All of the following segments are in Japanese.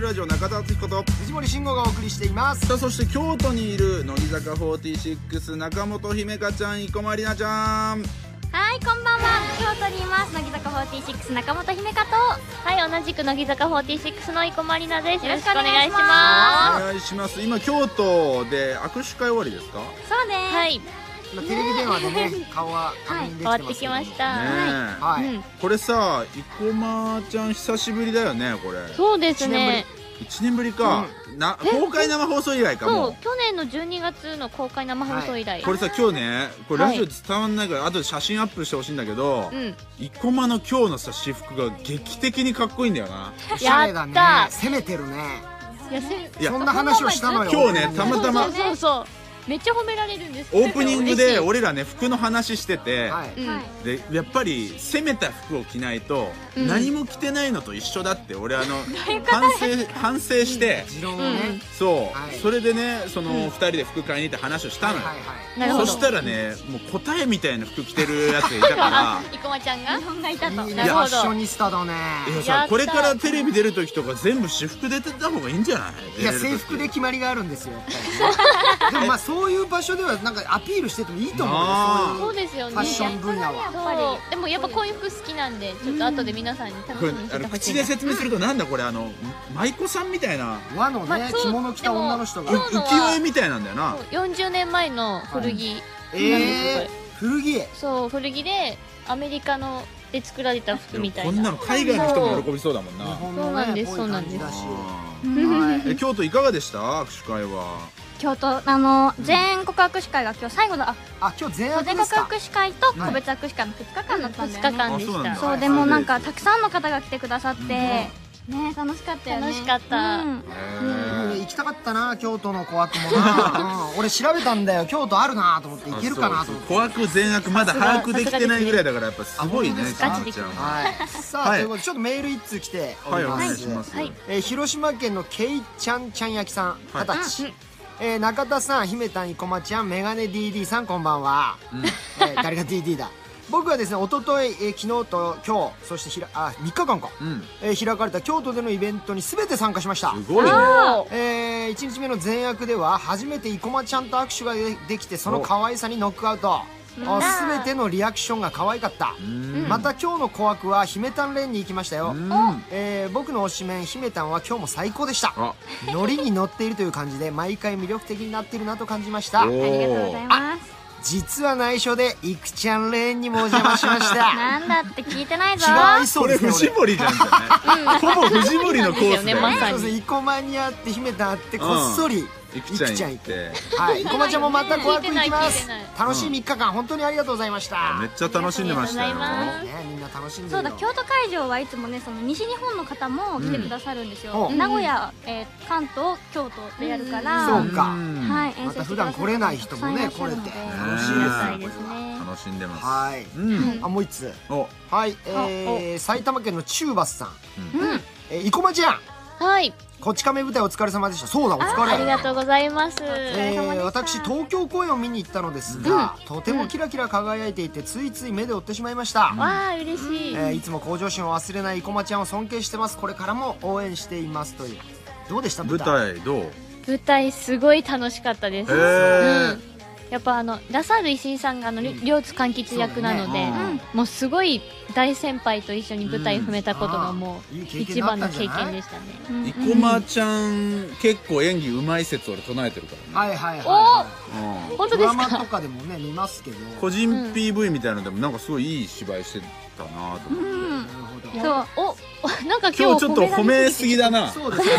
ラジオ中田敦彦と藤森慎吾がお送りしていますさあそして京都にいる乃木坂46中本姫香ちゃん生駒里奈ちゃんはい、こんばんは。京都にいます。乃木坂46中本姫香と。はい、同じく乃木坂46の生駒里奈です。よろよろししくくおお願願いしいしまま。お願いします今京都で握手会終わりですかねそうですはい、まあテレビ電話でね顔は確認できて変まわすけどっもてきました。え、はい、うん、これさ生駒ちゃん久しぶりだよねこれそうですね。 1年ぶりか、な公開生放送以来かそもう、去年の12月の公開生放送以来。これさ今日ねこれはラいジオ伝わんないから、後で写真アップしてほしいんだけど、うん、生駒の今日のさ私服が劇的にかっこいいんだよなおしゃれだねやった攻めてるね休み。いやそんな話をしたのよ今日ねたまたまそうそうそうそう。めっちゃ褒められるんですけオど。ープニング嬉しいで俺らね服の話してて、はい、うん、はいでやっぱり攻めた服を着ないと、うん何も着てないのと一緒だって俺 あの反省反省して、持論をね、そう、はいそれでねその、うん2人で服買いに行って話をしたはいのよ、はいなるほど。そしたらねもう答えみたいな服着てるやつがいたか あ、生駒ちゃんが。本がいたと。はいいいなねフるァほッどショニスタだねらいややっさたこれからテレビ出る時とか全部私服で出てた方がいいんじゃないいや出れ制る時服で決まりがあるんですよや っぱりねでもまあそういう場所ではなんかアピールしててもいいと思あーうそようですよね。ファッション分野はそうでもやっぱこういう服好きなんでちょっと後で皆さんにこ楽れしみにしあててのほし口いなで説明するとなんだこれあの舞妓さんみたいな和のね、まあそう着物着た女の人でがも浮世絵みたいなんだよなそう40年前の古着なんですよ、こえれー、古着絵そう古着でアメリカので作られた服みたいなこんなの海外の人も喜びそうだもんな日本のねそうなんですこういう感じだしあはいーえ京都いかがでした握手会は京都、あの、全国握手会が今日最後の、あ、あ今日全全額国ですか握手会とはい個別握手会の2日間だったんだ2よ日ね。あそうなん間でしただそう、でもなんか、たくさんの方が来てくださって、ね、楽しかったよね。楽しかったうんうんへ行きたかったな京都の小悪も な、うん俺調べたんだよ京都あるなと思ってー行けるかなあとそう思そうって小悪全悪まだ把握できてないぐらいだからやっぱすごいねさすがですねちゃんははいさあ、はいということでちょっとメール一通来ておはいりおま願いす、しますはいえー広島県のけいちゃんちゃん焼きさんは二い十歳、えー中田さん姫谷こまちゃんメガネ DD さんこんばんは、えー誰が DD だ僕はですね一昨日、えー昨日と今日そしてひらあ3日間か、うんえー開かれた京都でのイベントに全て参加しましたすごいねえー、1日目の前役では初めて生駒ちゃんと握手がでできてその可愛さにノックアウトすべてのリアクションが可愛かったんまた今日の小悪は姫たん連に行きましたようんえー僕の推しメン姫たんは今日も最高でしたあノリに乗っているという感じで毎回魅力的になっているなと感じましおたーありがとうございます。実は内緒でいくちゃんレーンにもお邪魔しま したなんだって聞いてないぞ。気が合いそこうでれすね藤森じゃんじゃないほぼ藤森のコースだよまねさ俺そうですに生駒にあって姫たんあってこっそり、いくちゃん行って はい、こまちゃんもまた怖く行きま聞いすてない聞いて。楽しい3日間、本当にありがとうございました。めっね、ちゃ楽しんでましたよありがとうございまみんな楽しんでるよ。そうだ京都会場はいつもねその西日本の方も来てくださるんですよ、うん名古屋、えー関東京都でやるから、そうんうか。はい遠征してまくださたる普段来れない人もね、来れて楽しいねですよ。これはね楽しんでますはい。うんあ、もう一つ。おはい、えー、埼玉県の中バスさん。うんえー、生駒ちゃん、はいこち亀舞台お疲れ様でした。そうだ、お疲れ。ありがとうございますれえ様でしーた私東京公演を見に行ったのですが、とてもキラキラ輝いていてついつい目で追ってしまいました、わあ嬉しいえーいつも向上心を忘れない生駒ちゃんを尊敬してますこれからも応援していますというどうでした舞舞台台どう舞台すごい楽しかったですへーうんやっぱあのラサール石井さんがあのり両津勘吉役なので、そうだねもうすごい大先輩と一緒に舞台踏めたことがうんもあーいいう経験一番のだったん経じゃない験でしたね、生駒ちゃん結構演技うまい説俺唱えてるからねはいはいはい、はうん本い、当ドでラすマとかかでもね見ますけど個人 PV みたいなのでもなんかすごいいい芝居してたなと思って、うんなるほどそうお なんか今日今日ちょっと褒めすぎぎだなそうですね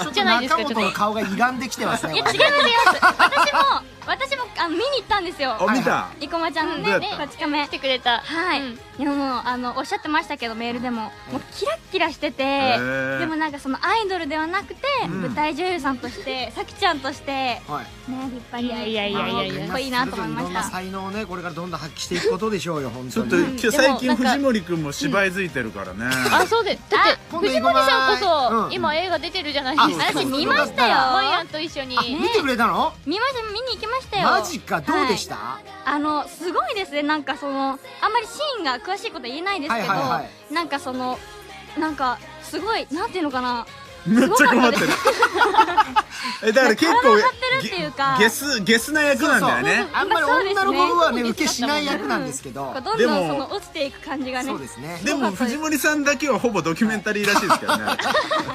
すぎじゃないです中かちょっ本のと顔が歪んできてますねいや違いこまれす違ねいます私も私もあ見に行ったんですよあ見た生駒ちゃんのどうやねっねたこち亀来てくれたはい、うんいやもうあのおっしゃってましたけどメールでももうキラッキラしてて、ーでもなんかそのアイドルではなくて、ん舞台女優さんとしてさきちゃんとしてはいね立派にいやいやいやいやいやかっこいいなと思いまろんしなた才能をねこれからどんどん発揮していくことでしょうよ本ち当ょっにと、今日最で近もなんか藤森くんも芝居づいてるからね、あそうですだって今度藤森さんこそ、うん今映画出てるじゃないですかあ私そうそう見ましたよよかったマイアンと一緒に見てくれたの見ました見に行きましたよマジかどうでした、はいあのすごいですねなんかそのあんまりシーンが詳しいこと言えないですけど、はいはいはなんかそのなんかすごいなんていうのかなめっちゃ困ってる えだから結構ってるっていうかゲゲスゲスな役なんだよねあんまり女の子はねそうですね受けしない役なんですけどこうどんでどもんその落ちていく感じがねそうですねでも藤森さんだけはほぼドキュメンタリーらしいですけどね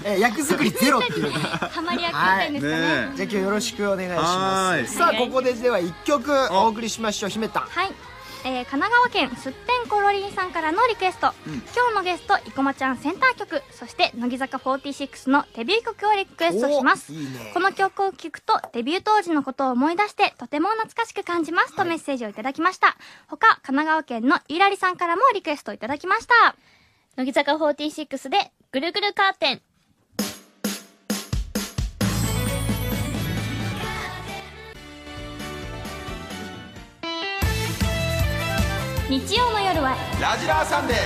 え役作りゼロっていうねハマり役ってんですかね,、ねじゃあ今日よろしくお願いしはまーいすさあここででは一曲お送りしましょう姫たんはい、えー神奈川県すってんころりんさんからのリクエスト、今日のゲスト生駒ちゃんセンター曲そして乃木坂46のデビュー曲をリクエストしますおいいねこの曲を聴くとデビュー当時のことを思い出してとても懐かしく感じますとメッセージをいただきました、他神奈川県のいらりさんからもリクエストをいただきました乃木坂46でぐるぐるカーテン日曜の夜はラジラーサンデー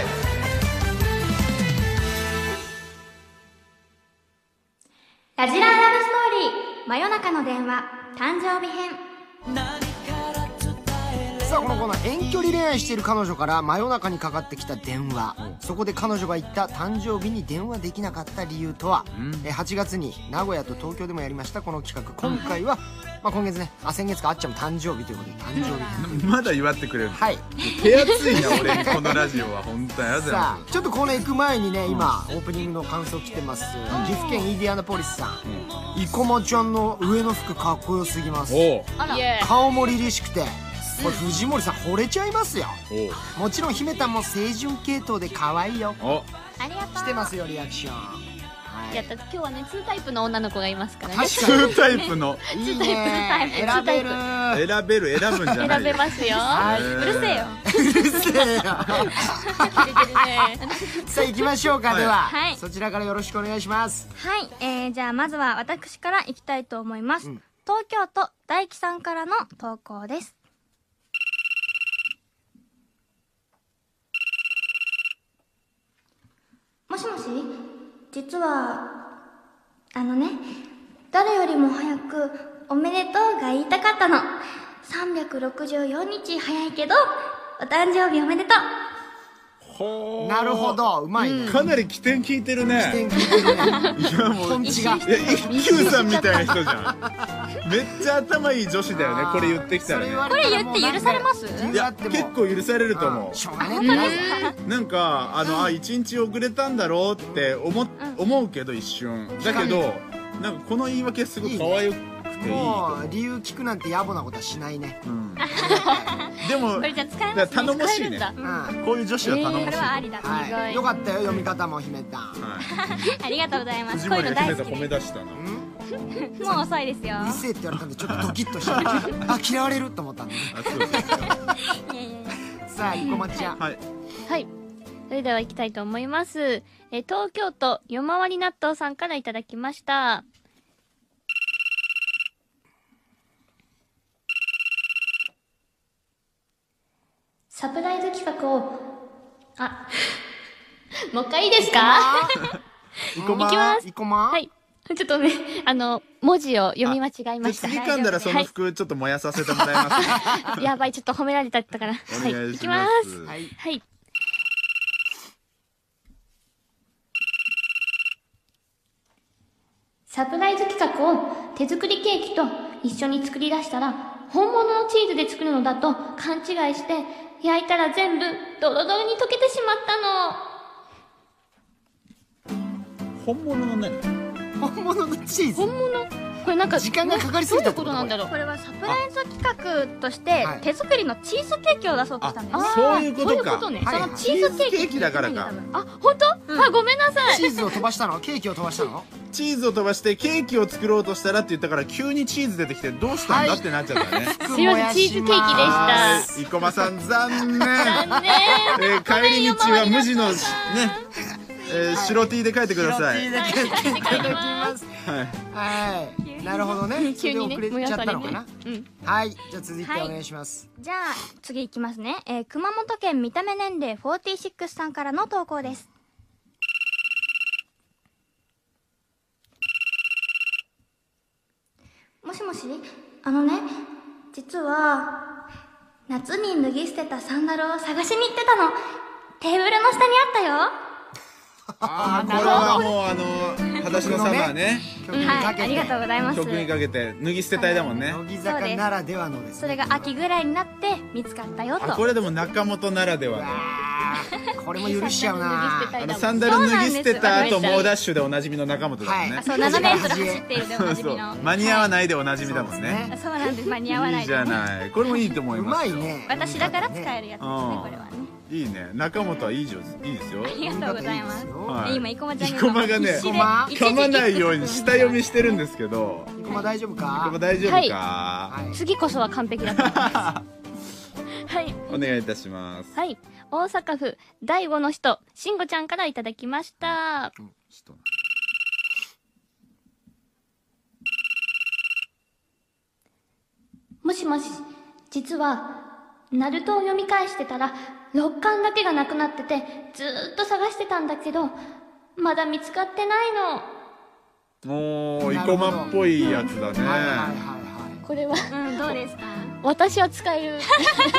ラジラーラブストーリー真夜中の電話誕生日編さあこのコーナー遠距離恋愛している彼女から真夜中にかかってきた電話そこで彼女が言った誕生日に電話できなかった理由とは、え8月に名古屋と東京でもやりましたこの企画今回は、まあ、今月ねあ先月かあっちゃんも誕生日ということで誕生日編 まだ祝ってくれるはい手厚いな俺にこのラジオは本当にありがとうございさまあちょっとコーナー行く前にね今オープニングの感想来てます岐阜県インディアナポリスさん生駒ちゃんの上の服かっこよすぎますすおうイエ顔も凛々しくてこれ藤森さん惚れちゃいますよおうもちろん姫たんも青春系統で可愛いよおありがとう来てますよリアクション、はーやった今日はねツータイプの女の子がいますからね確か2タイプのにいいねちょっ選とべタイるプ選べる選ぶんじゃない選べますよはいううるせえようる せえよ切れてるね さあ行きましょうか、では、はいそちらからよろしくお願いしますはい、えー、じゃあまずは私から行きたいと思います、ん東京都大輝さんからの投稿ですもしもし実はあのね誰よりも早く「おめでとう」が言いたかったの364日早いけどお誕生日おめでとうほうなるほどうまいね、かなり起点聞いてる起ね点聞いてる ねいやもうポンチがいや一休さんみたいな人じゃんめっちゃ頭いい女子だよねこれ言ってきたらねこれこれ言って許されますいや結構許されると思しょうがないうんなんかあのあ一日遅れたんだろうって思っ思うけど一瞬だけどなんかこの言い訳すごい可愛くていいともう理由聞くなんて野暮なことはしないね、うんでもこれじゃあ使だえまかすらね頼もしい使えるんねだうんはこういう女子は頼もしいこれはありだと、意外い、よかったよ読み方も姫たんはいありがとうございます藤こうい森うがの決めた大好き褒め出したなもう遅いですようるせえって言われたんでちょっとドキッとした あ嫌われると思ったんでねあそうですいやいやいやさあ生駒ちゃんはいはいそれでは行きたいと思いますえー東京都夜回り納豆さんからいただきましたサプライズ企画をあ もう一回いいですか生いきます生駒はい。ちょっとね、あの、文字を読み間違えました。次噛んだらその服ちょっと燃やさせてもらいますはい。やばい、ちょっと褒められたったから。はお願いい。いしきまます。すはいはい。サプライズ企画を手作りケーキと一緒に作り出したら、本物のチーズで作るのだと勘違いして、焼いたら全部ドロドロに溶けてしまった本物の何本物のチーズの。本物これなんか、時間がかかりすぎたってどこういうこととなんだろうこ。れはサプライズ企画としてはい手作りのチーズケーキを出そうとあしたんだよねそういうことそういうかことね。はいはいそのチチーーズズケーキ。ケーキだからかあ、本当？あ、ごめんなさ い。チーズを飛ばしたのケーキを飛ばしたのチーズを飛ばしてケーキを作ろうとしたらって言ったから急にチーズ出てきてどうしたんだはいってなっちゃったねすいませんチーズケーキでしたい生駒さん残念残念。えー帰り道は無地のね、えー白 T で帰ってください。だけ帰って帰りますはい。はいなるほどねそ急れでにね、遅れちゃったのかな燃やされてうん。はいじゃあ続いてお願いしますじゃあ次いきますね、えー熊本県見た目年齢46さんからの投稿ですもしもしあのね実は夏に脱ぎ捨てたサンダルを探しに行ってたのテーブルの下にあったよあーこれはもうあの裸足のサマーね曲にかはい、あけりて、がとうございます曲にかけて脱ぎ捨てたいだもんね、乃木坂ならではのですねそれが秋ぐらいになって見つかったよとあこれでも中本ならではねあーこれも許しちゃう脱ぎ捨てたないあのサンダル脱ぎ捨てた後猛ダッシュでおなじみの中本だもんね、はいあそう7メートル走っているでおそなうじそみうの間に合わないでおなじみだもんねそうですそうなんです間に合わないいいじゃないこれもいいと思いうまますいよね私だから使えるるうやつですねんこれはねいいね中本はいいじょいいですよありがとうございますいいですよはい今生駒ちゃん生駒がね必死で生一時期噛まないように下読みしてるんですけど生駒大丈夫生か駒大丈夫か、はい次こそは完璧だと思います はいお願いいたしますはい大阪府第五の人しんごちゃんからいただきましたちょっともしもし実はナルトを読み返してたら六巻だけがなくなっててずーっと探してたんだけどまだ見つかってないのなもう生駒っぽいやつだね、はいはいはいこれは うんどうですか私は使える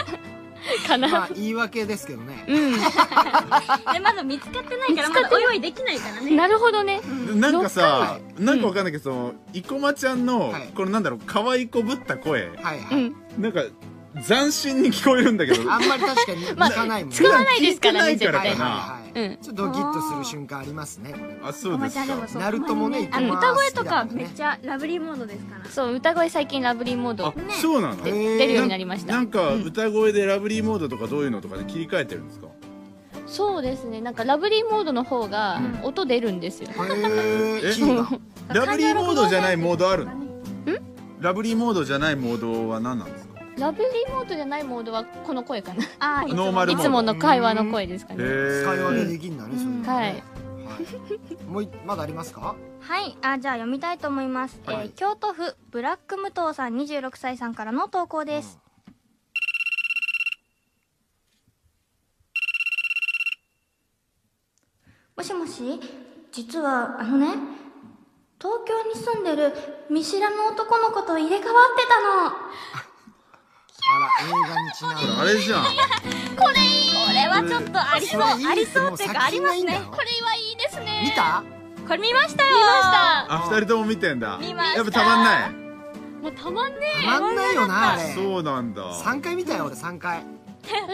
かな、はいまあ言い訳ですけどねでまだ見つかってないからまだお用意できないからねなるほどねなんかさなんかわかんないけどその生駒ちゃんの、はいこのなんだろう可愛いこぶった声はいはういんなんか斬新に聞こえるんだけどあんまり確かに聞かないもんね使わないですか聞らねいて絶ないらはい対かはいはういんちょっとドキッとする瞬間ありますねこれあそうですかそうナルトもねあ生駒の歌声とか好きだもんめねっちゃラブリーモードですからそう歌声最近ラブリーモードあそうなのへー出るようになりましたなんか歌声でラブリーモードとかどういうのとかで切り替えてるんですかそうですねなんかラブリーモードの方が音出るんですよ、へえーキーラがブリーモードじゃないモードあるのラブリーモードじゃないモードは何なんですかラブリーモードじゃないモードはこの声かなあーいつもノーマルいモつもードの会話の声ですかへねー使い分けできんだねそれねはいはいもういまだありますかはいあじゃあ読みたいと思います、はえいー京都府ブラック無糖さん26歳さんからの投稿です、もしもし実はあのね東京に住んでる見知らぬ男の子と入れ替わってたあら映画にちなんあれじゃんのこれいいこれはちょっとありそうそれいいありそうっていうかありますねもう作品がいいんだころれはいいです ね見たこれ見ましたよあ二人とも見てんだ見ましたやっぱたまんないもうたまんねたまんないよなあれそうなんだ3回見たよ俺3回えすご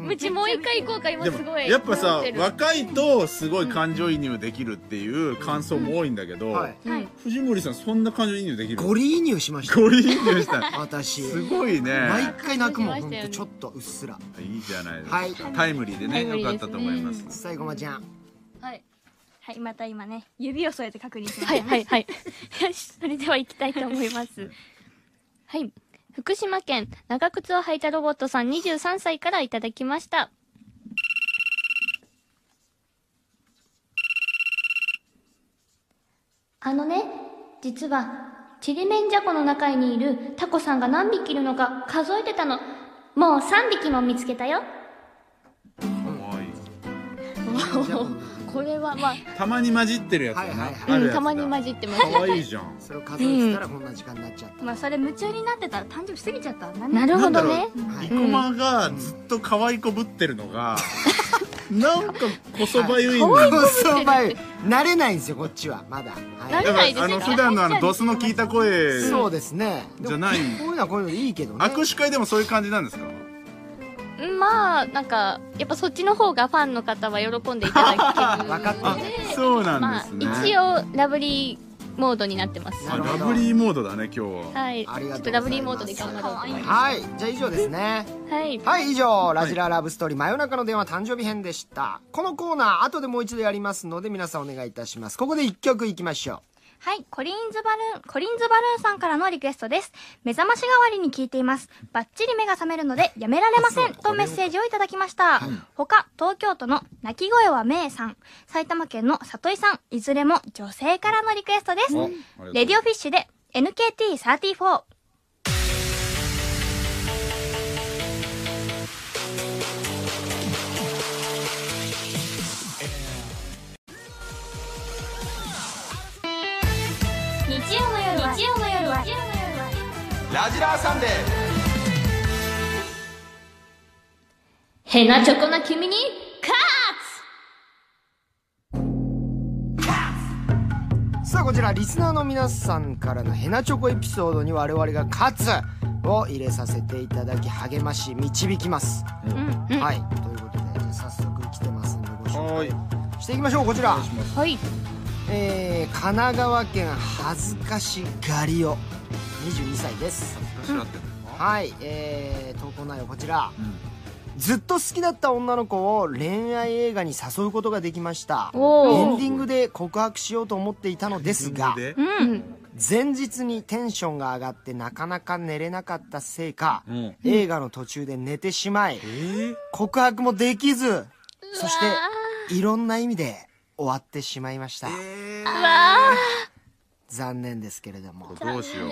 うんいうちもう一回行こうか今ですもごいやっぱ思さてる若いとすごい感情移入できるっていう感想も多いんだけどはいはい藤森さんそんな感情移入できるゴリ移入しました ゴリ移入した私すごい毎ね回泣くもん感ほんじましたよねとちょっとうっすらいいじゃないですか、はいタイムリーでタねイムリよーかったですねと思います最後まちゃんはいはいまた今ね指を添えて確認しまはいすはいはいよしそれでは行きたいと思います はい福島県長靴を履いたロボットさん23歳からいただきましたあのね実はちりめんじゃこの中にいるタコさんが何匹いるのか数えてたのもう3匹も見つけたよ可愛い これはまあたまに混じってるやつだな、はいはいあるやうつん、だたまに混じってます。可愛いじゃんそれを数えてたらこんな時間になっちゃったまあそれ夢中になってたら誕生日過ぎちゃったわなるなほどんだねろ。はい生駒がずっと可愛いこぶってるの が、なんかこそばゆいんだよこそばゆい慣れないんですよこっちはまだは慣れいだなかいですらよあの普段のあのドスの効いた声そうですねじゃないでもこういうのはこういうのでいいけどね握手会でもそういう感じなんですかまあ、なんか、やっぱそっちの方がファンの方は喜んでいただける。 わかってるあそうなんですね、まあ、一応、ラブリーモードになってます。なるほあラブリーモードだね今日ははい。ちありょがとうございますっとラブリーモードで頑張ろうと思いまはいじゃあ以上ですねす。はい。はい以上「ラジララブストーリー真夜中の電話誕生日編」でしたこのコーナー後でもう一度やりますので皆さんお願いいたしますここで1曲いきましょはい、コリンズバルーン、コリンズバルーンさんからのリクエストです。目覚まし代わりに聞いています。バッチリ目が覚めるのでやめられませんとメッセージをいただきました。他、東京都の泣き声はめいさん、埼玉県の里井さん、いずれも女性からのリクエストですおありがとう。レディオフィッシュで NKT34。日曜の夜は、日曜の夜は、ラジラーサンデーへなちょこな君に、カーツさあこちらリスナーの皆さんからのヘナチョコエピソードに我々が「勝つ」を入れさせていただき励まし導きます、うんうんはいということでじゃあ早速来てますんでご紹はーい介していきましょうこちら、はいえー神奈川県恥ずかしがりお22歳です昔あってるはい、えー、投稿内容こちら、ずっと好きだった女の子を恋愛映画に誘うことができましたエおーンディングで告白しようと思っていたのですがでうん前日にテンションが上がってなかなか寝れなかったせいか、うん映画の途中で寝てしまいえー、告白もできずそしていろんな意味で終わってしまいました、残念ですけれども、どうしよう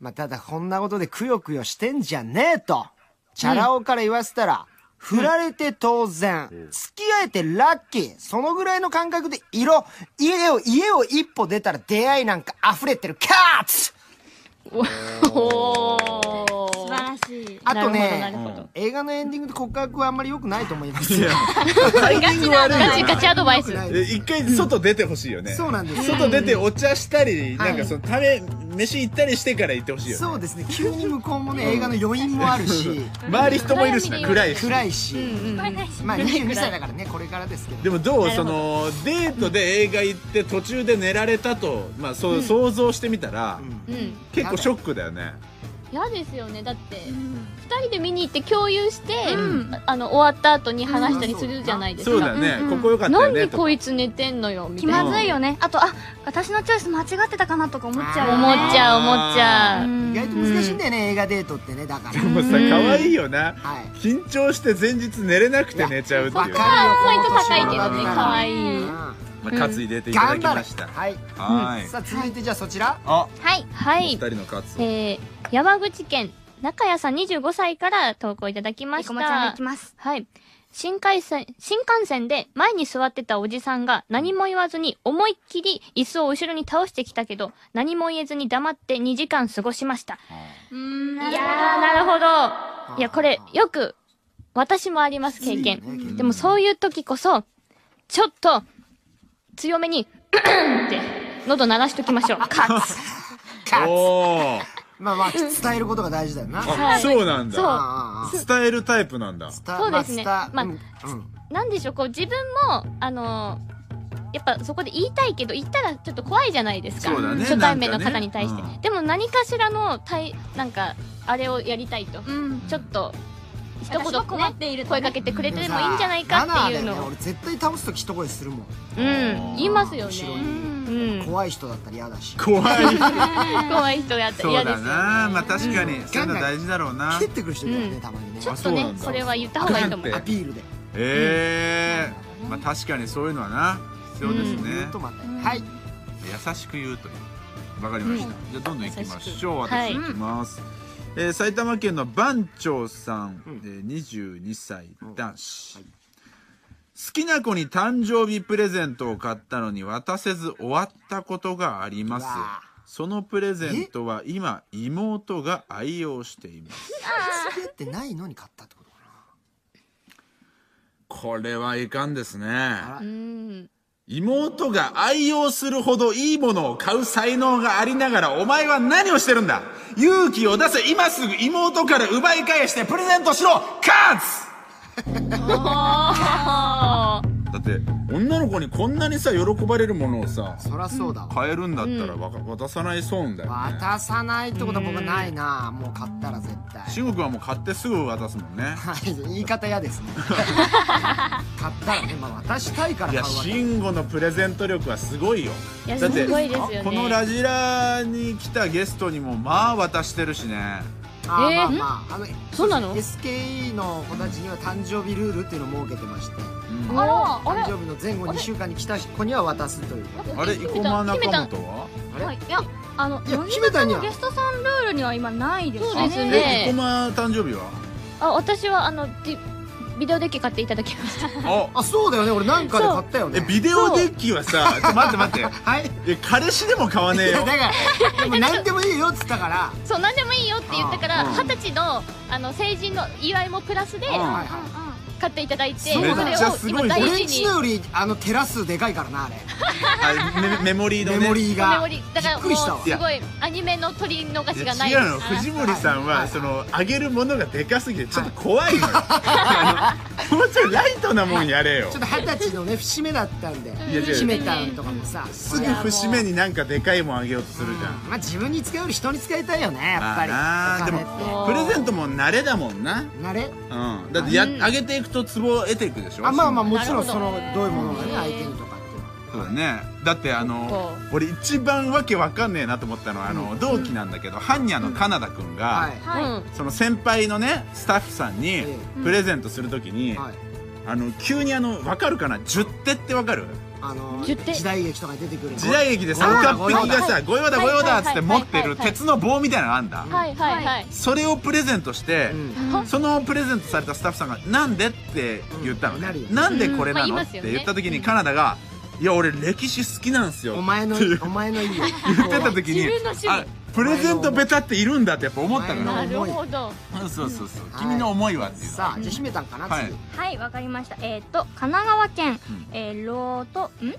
まあ、ただこんなことでくよくよしてんじゃねえとチャラ男から言わせたら、振られて当然、付き合えてラッキーそのぐらいの感覚でいろ家を家を一歩出たら出会いなんか溢れてるカーツお素ー晴らしいあとなるほどなるほねど、映画のエンディングで告白はあんまり良くないと思 いますいよや。タイミング悪いガチガチアドバイス 良くないえ一回外出てほしいよね、そうなんですよ外出てお茶したり、はいなんかその食べ飯行ったりしてから行ってほしいよねそうですね、急に向こうもね、映画の余韻もあるし、 周り人もいるしな暗いし暗いし、まあ暗い暗い22歳だからね、これからですけど。でもどうそのデートで映画行って途中で寝られたと、まあそう想像してみたら、うんうん結構ショックだよね嫌ですよねだって、二人で見に行って共有して、あの終わった後に話したりするじゃないですか、そうだね、ここよかったなよんねでとかこいつ寝てんのよみ気たいなまずいよねあとあ私のチョイス間違ってたかなとか思っちゃうよね思っちゃう思っちゃう意外と難しいんだよね、映画デートってね、だから。でもさ可愛いよな、はい緊張して前日寝れなくて寝ちゃうっていわかうるよ、ポイント高いけどね可い。愛いうんまあ、活入れていただ頑き張ましたる。はい。はい、さあ、続いてじゃあそちら。あはいは二い人のカツえー、山口県中谷さん25歳から投稿いただきまえしこまちゃんたいきますはい新幹線、新幹線で前に座ってたおじさんが何も言わずに思いっきり椅子を後ろに倒してきたけど何も言えずに黙って2時間過ごしました。うんいやー、なるほど。いや、これ、よく、私もあります、経験。そうよね経験でも、そういう時こそ、ちょっと、強めに、うんって、喉鳴らしときましょう。カツ。カツ。おーまあまあ、伝えることが大事だよな。あそうなんそうだああ伝えるタイプなんだああそうですねまあ、まあうんうんなんでしょう、こう、自分も、あのーやっぱそこで言いたいけど、言ったらちょっと怖いじゃないですか。そうだね初対面の方に対して。なんかねでも、何かしらの、対、なんか、あれをやりたいと。うんちょっと、一言、ね、私も困っているとね声かけてくれてもいいんじゃないかっていうでもさマナーだよねのを。俺絶対倒す時一声するもんうん、言いますよね。後ろうにん。怖い人だったら嫌だし怖い怖い人やったらそう嫌だでなすよ、ね、まあ確かに、そういうの大事だろうな蹴ってくる人いるからね、うんたまにねちょっそとうねなんだそれは言った方がいいと思うあアピールでええまあ確かにそういうのはな必要ですね、言うとまた、はい優しく言うというわかりました、じゃあどんどんいきましょう優しく私いきます、えー埼玉県の番長さん、んえー22歳男子、うんはい好きな子に誕生日プレゼントを買ったのに渡せず終わったことがありますうわそのプレゼントは今妹が愛用しています付き合ってないのに買ったってことかこれはいかんですねらうん妹が愛用するほどいいものを買う才能がありながらお前は何をしてるんだ勇気を出せ今すぐ妹から奪い返してプレゼントしろカーあーツだって女の子にこんなにさ喜ばれるものをさそりゃそうだわ、買えるんだったらわか渡さない損だよね渡さないってことは僕はないなもう買ったら絶対しごくんはもう買ってすぐ渡すもん ねはい言い方 嫌ですね買ったらねまあ渡したいからい買やうわけ慎吾のプレゼント力はすごいよいやだってすごいですよねこのラジラに来たゲストにもまあ渡してるしねあーえまーあまああのそうなの SKE の子たちには誕生日ルールっていうのを設けてましてあらあ誕れ生日の前後2週間に来た子には渡すというあれ生駒中姫本たんははいいやあのいや乃木姫坂谷にのはゲストさんルールには今ないですそうですねえ生駒誕生日はあ私はあのディビデオデッキ買っていただきました ああそうだよね俺なんかで買ったよえねビデオデッキはさちょ待って待ってはいいえ彼氏でも買わねえ やよだからでも何でもいいよっつったからそう何でもいいよって言ったからあー二十歳のあの成人の祝いもプラスでうんあはいは買っていただいてそうれをめっちゃすご今い大俺事んちにのよりあのテラスでかいからなあれあメメモリーのねメモリーメがモリだからびもっくうりすしたわいやごいアニメの取り逃しがないいや違うの藤森さんははいそのあげるものがでかすぎてちょっと怖いのよ あのもうちょいライトなもんやれよちょっと二十歳のね節目だったんでいや違う節目たんとかもさすぐ節目になんかでかいもんあげようとするじゃんまあ自分に使うより人に使いたいよねやっぱりまあなでお金っもプレゼントも慣れだもんなてなれうんだってやあげていくとツボを得ていくでしょあまあまあそのもちろんなそるほのどういうものがね相手にとかっていうのはそうだねだってあの俺一番わけわかんねえなと思ったのはあの同期なんだけどハンニャのカナダくんはがいうんその先輩のねスタッフさんにえプレゼントするときにはいあの急にあの分かるかな10手って分かるあの10点時代劇とかに出てくる時代劇で三角ゴ敵イがださ「ご用だご用だ」っつって持ってはいるはいはいはい鉄の棒みたいなのあんだはいはいはいそれをプレゼントしてうんそのプレゼントされたスタッフさんが「なんで?」って言ったのうんなるねよなんでこれなうんのまっあ言いますてよね言った時にカナダが「いや俺歴史好きなんすよ」お前 のっていうお前のいいよ言ってた時に自分の趣味あプレゼントベタっているんだってやっぱ思ったかなはるほどらそうそうそうはい君の思いはっていうさあじゃあ閉めたんかなはい次はいわかりましたえっ、と神奈川県、えー、ロートん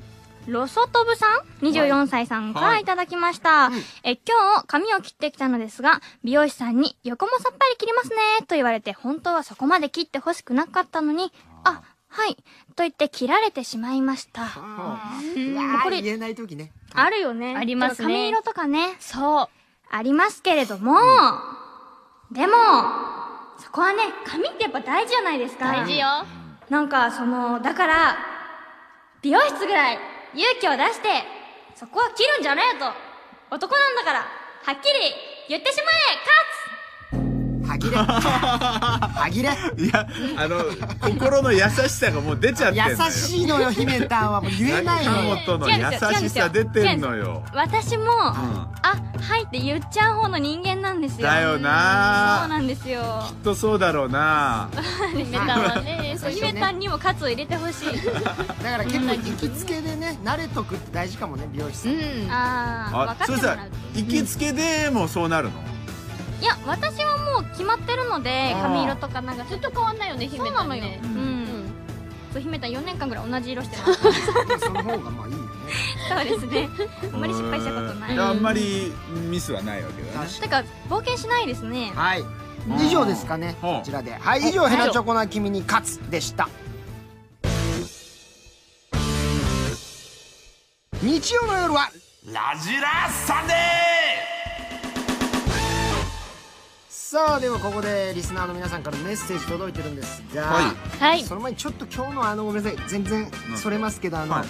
ロソトブさん24歳さんかはらいいただきました。えー、今日髪を切ってきたのですが、美容師さんに横もさっぱり切りますねと言われて本当はそこまで切ってほしくなかったのに、あ、はい、と言って切られてしまいました。うんうわー言えない時ねあるよね。ありますね髪色とかね。そうありますけれども、でも、そこはね、髪ってやっぱ大事じゃないですか。大事よなんか、その、だから、美容室ぐらい勇気を出して、そこは切るんじゃねえと。男なんだから、はっきり言ってしまえカ歯切れ 歯切れいやあの心の優しさがもう出ちゃってんのよ優しいのよ姫たんはもう言えないのよ中本の優しさ出てんのよッツ私も、あ、はいって言っちゃう方の人間なんですよ。だよそうななんですよ。きっとそうだろうなメタ はねそうそうね姫たんにもカツを入れてほしい。だから結構行きつけでね慣れとくって大事かもね美容師さんう んああ、あ分そかれさってもらう。行きつけでもそうなるのいや、私はもう決まってるので、髪色とかなんか、ずっと変わんないよね姫そうたなんのよ。ねう。うんんそう、姫たん4年間ぐらい同じ色して ます。そうでもその方がまあいいよねですね。あんまり失敗したことなうい。んあんまりミスはないわけだね確てか、冒険しないですね。はい以上ですかねうんこちらではい以上「ヘナチョコな君に勝つ」でした日曜の夜はラジラサンデさあではここでリスナーの皆さんからメッセージ届いてるんですが、ははいその前にちょっと今日のあのごめんなさい全然それますけどあの、はい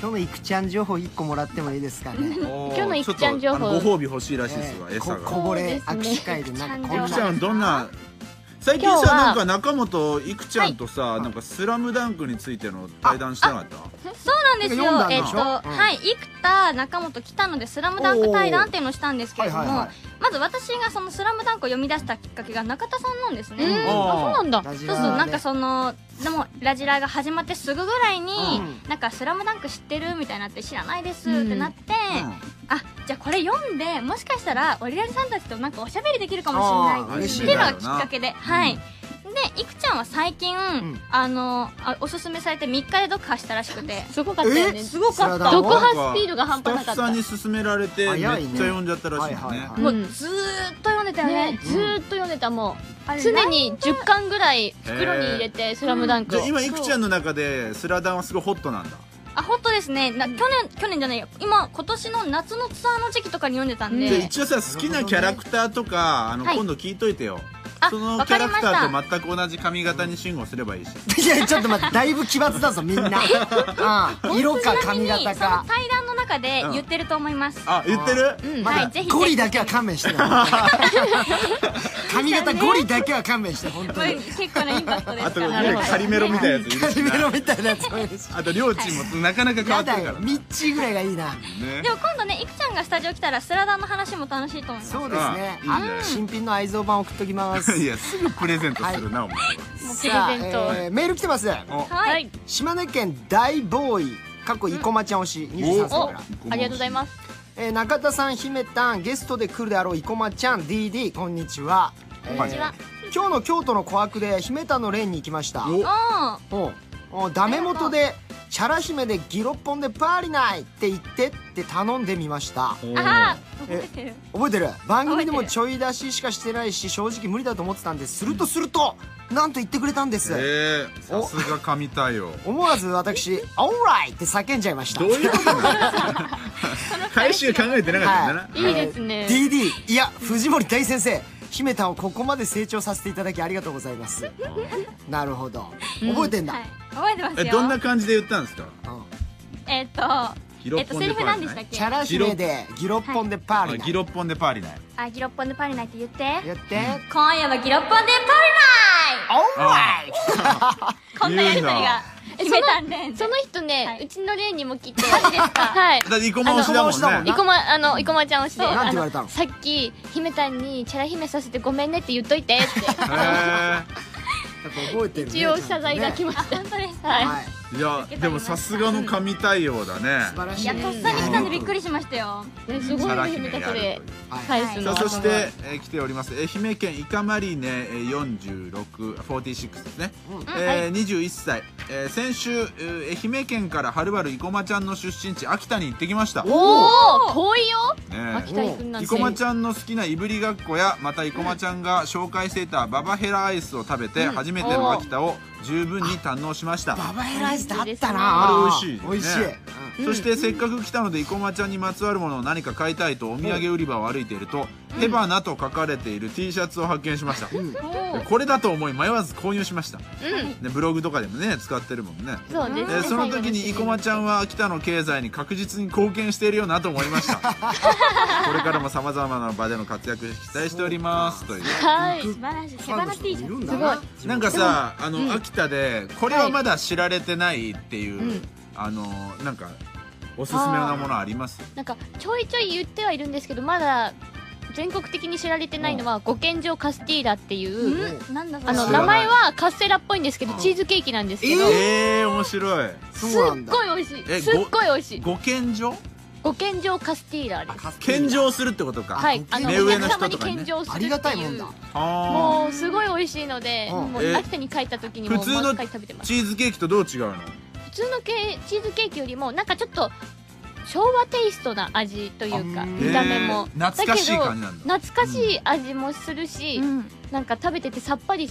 今日のいくちゃん情報1個もらってもいいですかね今今日のいくちゃん情報ご褒美欲しいらしいですわえー餌こがこぼれ握手会でなんかこんいなくちゃんどんな最近今日さはなんか中本いくちゃんとさなんかスラムダンクについての対談してなかったそうなんですよ読んだ。んえでっしと、ょうんはい、生田、中本、北野でスラムダンク対談っていうのをしたんですけれども、おーはいはいはいまず私がそのスラムダンクを読み出したきっかけが中田さんなんですね。うんああそうなんだラジそうそう、なんかその、でも、ラジラが始まってすぐぐらいに、なんか、スラムダンク知ってるみたいになって、知らないですってなって、あ、じゃあこれ読んで、もしかしたら、オリラジさんたちとなんかおしゃべりできるかもしれあーない嬉っしていいうのながきっかけで、はい。で、いくちゃんは最近、んあのあおすすめされて3日で読破したらしくて、すごかったよねえすごかっそたうだ読破スピードが半端なスタかッっフさたんに勧められてめっちゃ早いね読んじゃったらしいもんはいはいねはいもううんずーっと読んでたよね。ね、ずーっと読んでたもあれう常に10巻ぐらい袋に入れて「スラムダンじクゃをあ今いくちゃんの中でスラダンはすごいホットなんだあ、ほんとですね。な去年、去年じゃないよ。今、今年の夏のツアーの時期とかに読んでたんで。で一応さ好きなキャラクターとかあのはい今度聞いといてよあそのキャラクターと全く同じ髪型に信号すればいいしいやちょっと待ってだいぶ奇抜だぞみんなああ色か髪型ちなみにかその対談の中で言ってると思います。あ言ってるうん、まはだい、ぜひ。ゴリだけは勘 弁してない髪型ゴリだけは勘弁して本当これに結構なインパクト ですあとから。ねカリメロみたいなやついるカ しリメなロみたいなやつもいるしあとりょうちんもなかなか変わやってだるかよらねミッチーぐらいがいいなでも今度ね、いくちゃんがスタジオ来たら、スラダンの話も楽しいと思います。そうですねうんいいんじゃないあ新品の愛蔵版送っときま す いやすぐプレゼントするなお前さあ、プレゼントえーメール来てますおはい。島根県大ボーイかっこ生駒ちゃん推し23歳おから、ありがとうございますえー中田さん姫たんゲストで来るであろう生駒ちゃん DD こんにちはこんにちは今日の京都の琥珀で姫田の蓮に行きましたおあおうおうダメ元で「チャラ姫でギロッポンでパーリナイ!」って言ってって頼んでみましたあああ覚ええてる覚えてる番組で覚えもてるちょい出ししかしてないし正直無理だと思ってたんですするとするとなんと言ってくれたんです、えー、さすが神対応思わず私「オーライ!」って叫んじゃいましたどういう ことなの返しが考えてなかったんだな、いいですね DD いや藤森大先生姫田をここまで成長させていただきありがとうございますなるほど覚えてんだ、はい覚えてますえよどんな感じで言ったんですかうんえっとギロえッっポとンセリでパフ何でーリナしたっチけャラ姫でギロッポンでパーあリナ、ギロッポンでパーリナイあギロッポンでパリナイって言ってやって今夜はギロッポンでパルオーライナイこんなやりとり言がうな決めたんでその人ね、はいうちのレイにも来て、はい。だって生駒推しだもんね 生あの生駒推しだもんな駒、あの、生駒ちゃんをして、そうなんてあ言われたのさっき、姫たんに、チャラ姫させてごめんねって言っといてって、へやっぱ覚えてる、ね、一応謝罪が来まました。本当です。す、はい。はい、ーいやでもさすがの神対応だね素晴らしいいやとっさに来たんでびっくりしましたよねすごさいらね、姫姫やたるそれという。はい返すさの。あそして、えー来ております愛媛県イカマリーネえー4646ですね、うんえー21歳、えー先週えー愛媛県からはるばる生駒ちゃんの出身地秋田に行ってきました、ねおー遠いよ秋田行くなん生て。駒ちゃんの好きないぶりがっこやまた生駒ちゃんが紹介していたババヘラアイスを食べて初めての秋田を十分に堪能しました、ババヘラアイスっていあいっですねたなあれ美味しいですね美味しいそしてせっかく来たので生駒ちゃんにまつわるものを何か買いたいとお土産売り場を歩いていると「手花」と書かれている T シャツを発見しましたでこれだと思い迷わず購入しました、でブログとかでもね使ってるもんねそうですでね。その時に生駒ちゃんは秋田の経済に確実に貢献しているよなと思いました これからもさまざまな場での活躍期待しておりますというはい。素素晴晴ららししいい。手放し T シャツいるんだすご。ないなんかさあの、秋田でこれはまだ知られてないっていう、あのなんかおすすめなものありますなんか、ちょいちょい言ってはいるんですけど、まだ、全国的に知られてないのは、ご健城カスティーラっていう、なんだそあれの、知ら名ない前はカステラっぽいんですけど、チーズケーキなんですけど、えー、面白いそうなんすっだごい美味しえい。すっごい美味しい。ご健乗ご健城カスティーラです。健乗するってことかはい、あの、目お上の客人様とにかにね献上するっていう。ありがたいもんだはもう、すごい美味しいので、うんもえう、秋田に帰った時にあも、普毎通の回食べてます。チーズケーキとどう違うの普通のケーチーズケーキよりも、なんかちょっと、昭和テイストな味というあか、うん見た目も。えー懐かしい感じなんだけど懐かしい味もするし、うんなんか食べててさっぱり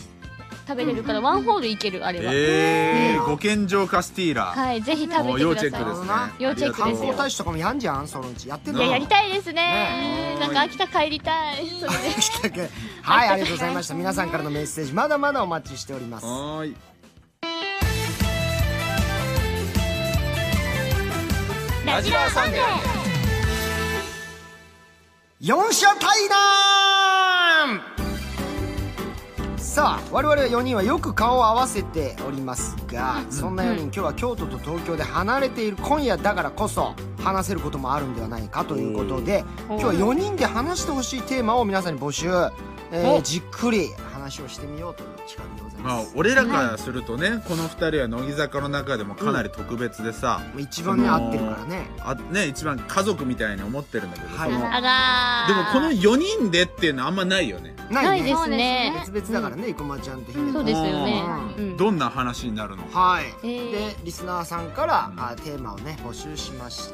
食べれるから、ワンホールいける、あれは。えー、ご健乗カスティーラ、はい、ぜひ食もうべ要てチェくッだクでさすね要チェッあク観りがとう光大使とかもやんじゃんそのうちやってんい。のいや、やりたいですねね。なんか秋田帰りたい。それで。だけはいありがとうございました皆さんからのメッセージまだまだお待ちしておりますはーいラジラーサンデー四者対談さあ我々4人はよく顔を合わせておりますが、そんな4人今日は京都と東京で離れている今夜だからこそ話せることもあるんではないかということで今日は4人で話してほしいテーマを皆さんに募集、えーじっくり話をしてみようという企画でございままあす、俺らからするとね、この2人は乃木坂の中でもかなり特別でさ、一番ねその合ってるからねあね一番家族みたいに思ってるんだけど、はいそのあらでもこの4人でっていうのはあんまないよね、なないいねですね。別々だからね生駒、ちゃんと姫そう野ですよね。ううんどんな話になるのかはい、えーでリスナーさんから、あテーマをね募集しまし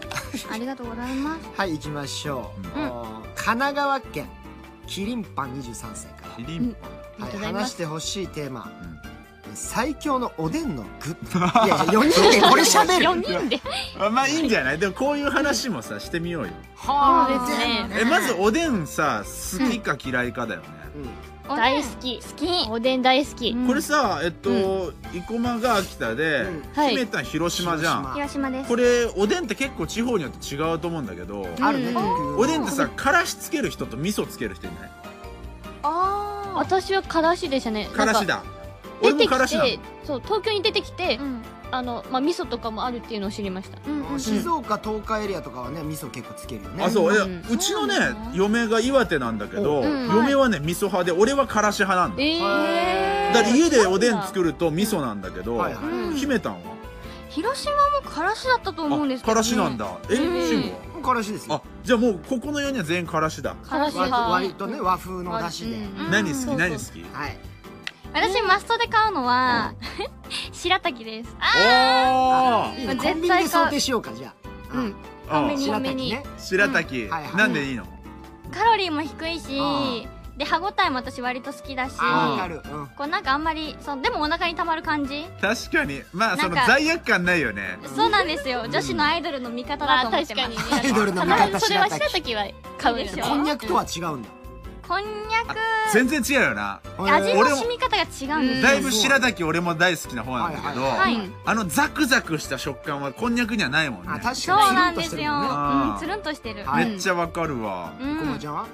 た ありがとうございますはい行きましょう、うんお神奈川県キリンパン23歳かキリンパあら、りがはい、とうございます話してほしいテーマ、最強のおでんの具 いやいや4人でこれ喋る4人で。ン、あまあいいんじゃないでもこういう話もさしてみようよはそうですねえまずおでんさ好きか嫌いかだよね、大好き。好きおでん大好き。これさえっと、生駒が秋田で、うんはい姫たん広島じゃん、広広島ですこれおでんって結構地方によって違うと思うんだけど、あるね、うん、おでんってさからしつける人と味噌つける人いないああ私はからしでしたね。からしなんか。だ出俺てもからきしだて、そう、東京に出てきてう、んあの、まあ、味噌とかもあるっていうのを知りました。うんうん静岡東海エリアとかはね味噌結構つけるよねあそう、うんえうちのね嫁が岩手なんだけど、うん嫁はね味噌派で俺はからし派なんだ、えへだって家でおでん作ると味噌なんだけど、はいはい姫たんは、広島もからしだったと思うんですけど、ね、からしなんだえうん慎吾もうからしですはあよじゃあもうここの世には全員からしだ、からし割と派。割とね和風のだしで、うん何好きうん何好そきはい私マストで買うのは、 白滝です。あおいいまねあコンビニで想定しようかじゃあうん。おコンビニ白滝ね白滝、うんはいはいなんでいいのカロリーも低いしあ、で、歯応えも私割と好きだし、あーわかるうんこうなんかあんまり、そう、でもお腹に溜まる感じ確かにまあそのなんか罪悪感ないよねそうなんですよ。女子のアイドルの味方だまとあ思っ確てかまにす。ねアイドルの味方それは白白滝滝は買うでしょこんにゃくとは違うんだこんにゃく、全然違うよな味俺のも染み方が違うんですよ。だいぶ白滝俺も大好きな方なんだけど、はいはいはいあのザクザクした食感はこんにゃくにはないもんねあ確かにそうなんですよ。あーうん、つるんとしてる。はにいめっちゃわかるわ、うこまんち。ゃんは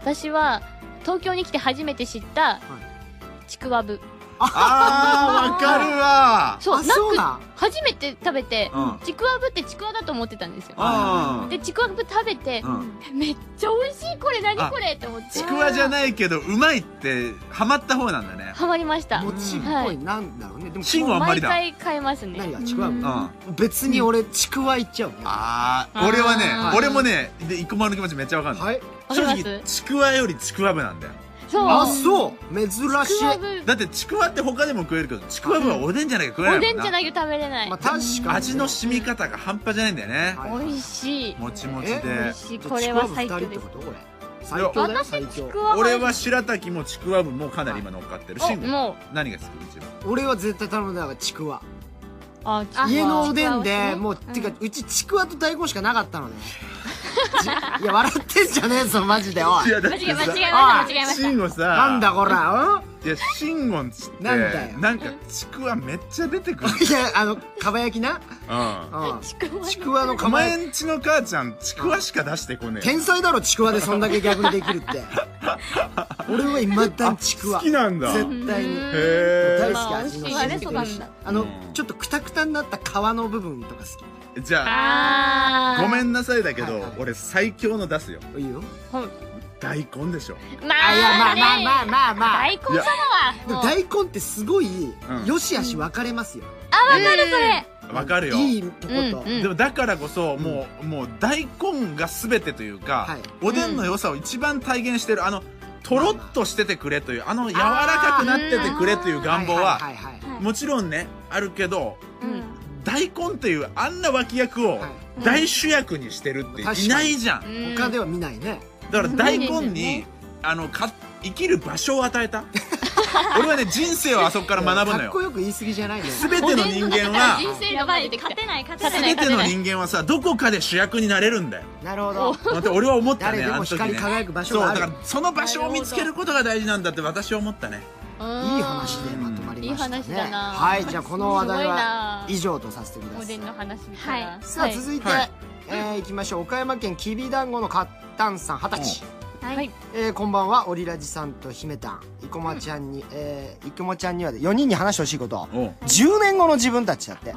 私は東京に来て初めて知ったちくわぶあーわかるわそうあなそんうかだ初めて食べてうんちくわぶってちくわだと思ってたんですよあでちくわぶ食べてうん、うん、めっちゃ美味しいこれ何これって思ってちくわじゃないけどうまいってハマった方なんだねハマりましたもちっはぽいいなんだろうねでも芯はあんまり毎だ回買えますね何がちくわぶうん別に俺ちくわいっちゃうねあー俺はねあー俺もねで生駒の気持ちめっちゃわかるの、はい正わかりま直ちくわよりちくわぶなんだよそうあそう珍しいちくわぶだってちくわって他でも食えるけどちくわぶはおでんじゃないか食えないもおんなでんじゃないと食べれないまあ確かにね味の染み方が半端じゃないんだよね、はい美味しいもちもちえ美で味しいじゃあこれはちくわぶ最強二人っでてすことこれ最強だよ最強俺は白滝もちくわぶもかなり今乗っかってるしおも何が好き一番俺は絶対頼むのがちくわうあちくわ家のおでんでもうてかうちちくわと大根しかなかったのね じいや笑ってんじゃねえぞマジでおいいやだ間違えました、間違えあました、ー間違えまし慎吾さなん だこらいや慎吾んちってなんだよなんかちくわめっちゃ出てくるうんいやあのかば焼きなうんうんちくわちくわのおかば前焼きんちの母ちゃんちくわしか出してこねえ天才だろちくわでそんだけ逆にできるって 俺はいまだにちく好わき絶なんだへ対に大え好き味のまあ美味しい染みてるしあのちょっとくたくたになった皮の部分とか好じゃた。あごめんなさいだけはいどはい俺最強の出すよきいいよ大根でしょまあいやまああまあね、まあまあまあ大根いやでも大根ってすごいんよしあし分かれますよ、わかるよいいとこと、でもだからこそもう,、もう大根が全てというか、はいおでんの良さを一番体現してるあのとろっとしててくれというあの柔らかくなっててくれという願望はいははいはいはいもちろんねあるけどうん大根というあんな脇役をはい大主役にしてるって確かにいないじゃん、うん他では見ないね、だから大根にあのか生きる場所を与えた 俺はね人生をあそこから学ぶのかっこよよく言い過ぎじゃないね全ての人間は人生やのば前い、で勝てない、勝てない。全ての人間はさどこかで主役になれるんだよなるほどだって俺は思ったね誰であもの時光ねり輝く場そ所うがだあかる、らその場所を見つけることが大事なんだって私は思ったねいい話でまとまりましたねいい話だなはいじゃあこの話題すごいはな以上とさせてくだおさでいんの話みたいなさあ続いて、はいえーいきましょう岡山県きびだんごのかったんさん二十歳はいえーこんばんはオリラジさんと姫たん生駒ちゃんに、えー生駒ちゃんには4人に話してほしいことおう10年後の自分たちだって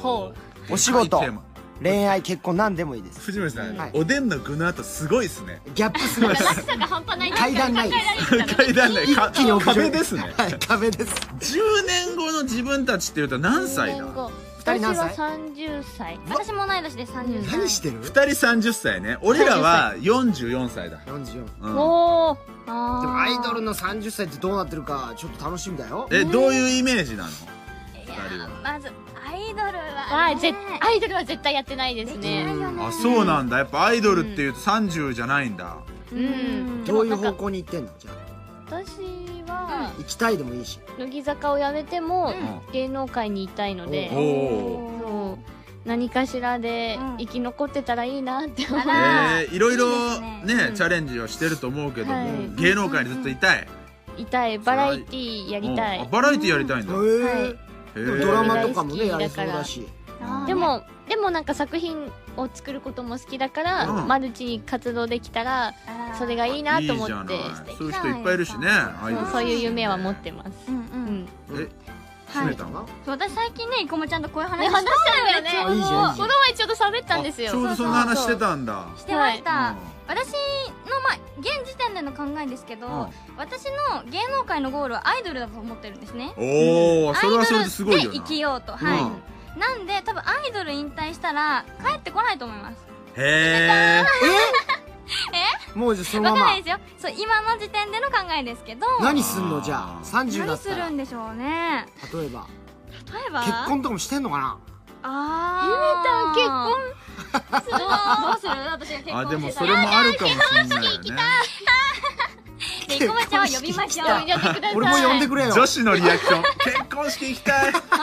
ほお仕事テーマ恋愛結婚何でもいいです藤森さん、はいおでんの具の後すごいですねギャップすぎ ますなんか半端ない。階段ないです階段ねか一気に屋上壁ですねはい壁です10年後の自分たちっていうと何う歳だ2二人私何歳は30歳私も同い年で30歳。何してる人30歳ね俺らは44歳だ、 44うんおおあーでもアイドルの30歳ってどうなってるかちょっと楽しみだよえどういうイメージなの2人はまず、アイドルははね。絶アイドルは絶対やってないですねあそうなんだやっぱアイドルっていうと30じゃないんだ、うんどういう方向に行ってんのじゃあ私は行きたいでもいいし乃木坂を辞めても芸能界にいたいのおでおそう何かしらで生き残ってたらいいなって思うあえらーいろいろいいねでチャレンジをしてると思うけども、はい芸能界にずっといたい、いたいバラエティーやりたうんあいバラエティやりたいんへだ、えへでもードラマとかも大ねや好きりそうだしうんでもでもなんか作品を作ることも好きだからうんマルチに活動できたらそれがいいなと思いっていじゃないそういう人いっぱいいるしねアイドそルうそういう夢は持ってますうんううん。んえはい閉めたの私最近ね、いこもちゃんとこういう話ね話したよねちょあいいじゃんいいこじゃのん前ちょうど喋ったんですよちょうどそんな話してたんだしてました、はい私のまあ現時点での考えですけど、うん私の芸能界のゴールはアイドルだと思ってるんですねおおそれはそれですごいアイよドルでな生きようとはい、なんで多分アイドル引退したら帰ってこないと思いますへえもうじゃあそのわまかんまないですよそう今の時点での考えですけど何すんのじゃあ30だ何っすたらるんでしょうね例えば例えば結婚とかもしてんのかなああゆめたん結婚するどうする私が結婚あでもそれもあるかもしれないよねで生駒ちゃんを呼びましょう結婚式行きたい呼びましょう俺も呼んでくれよ女子のリアクシ ョン結婚式行きたいですか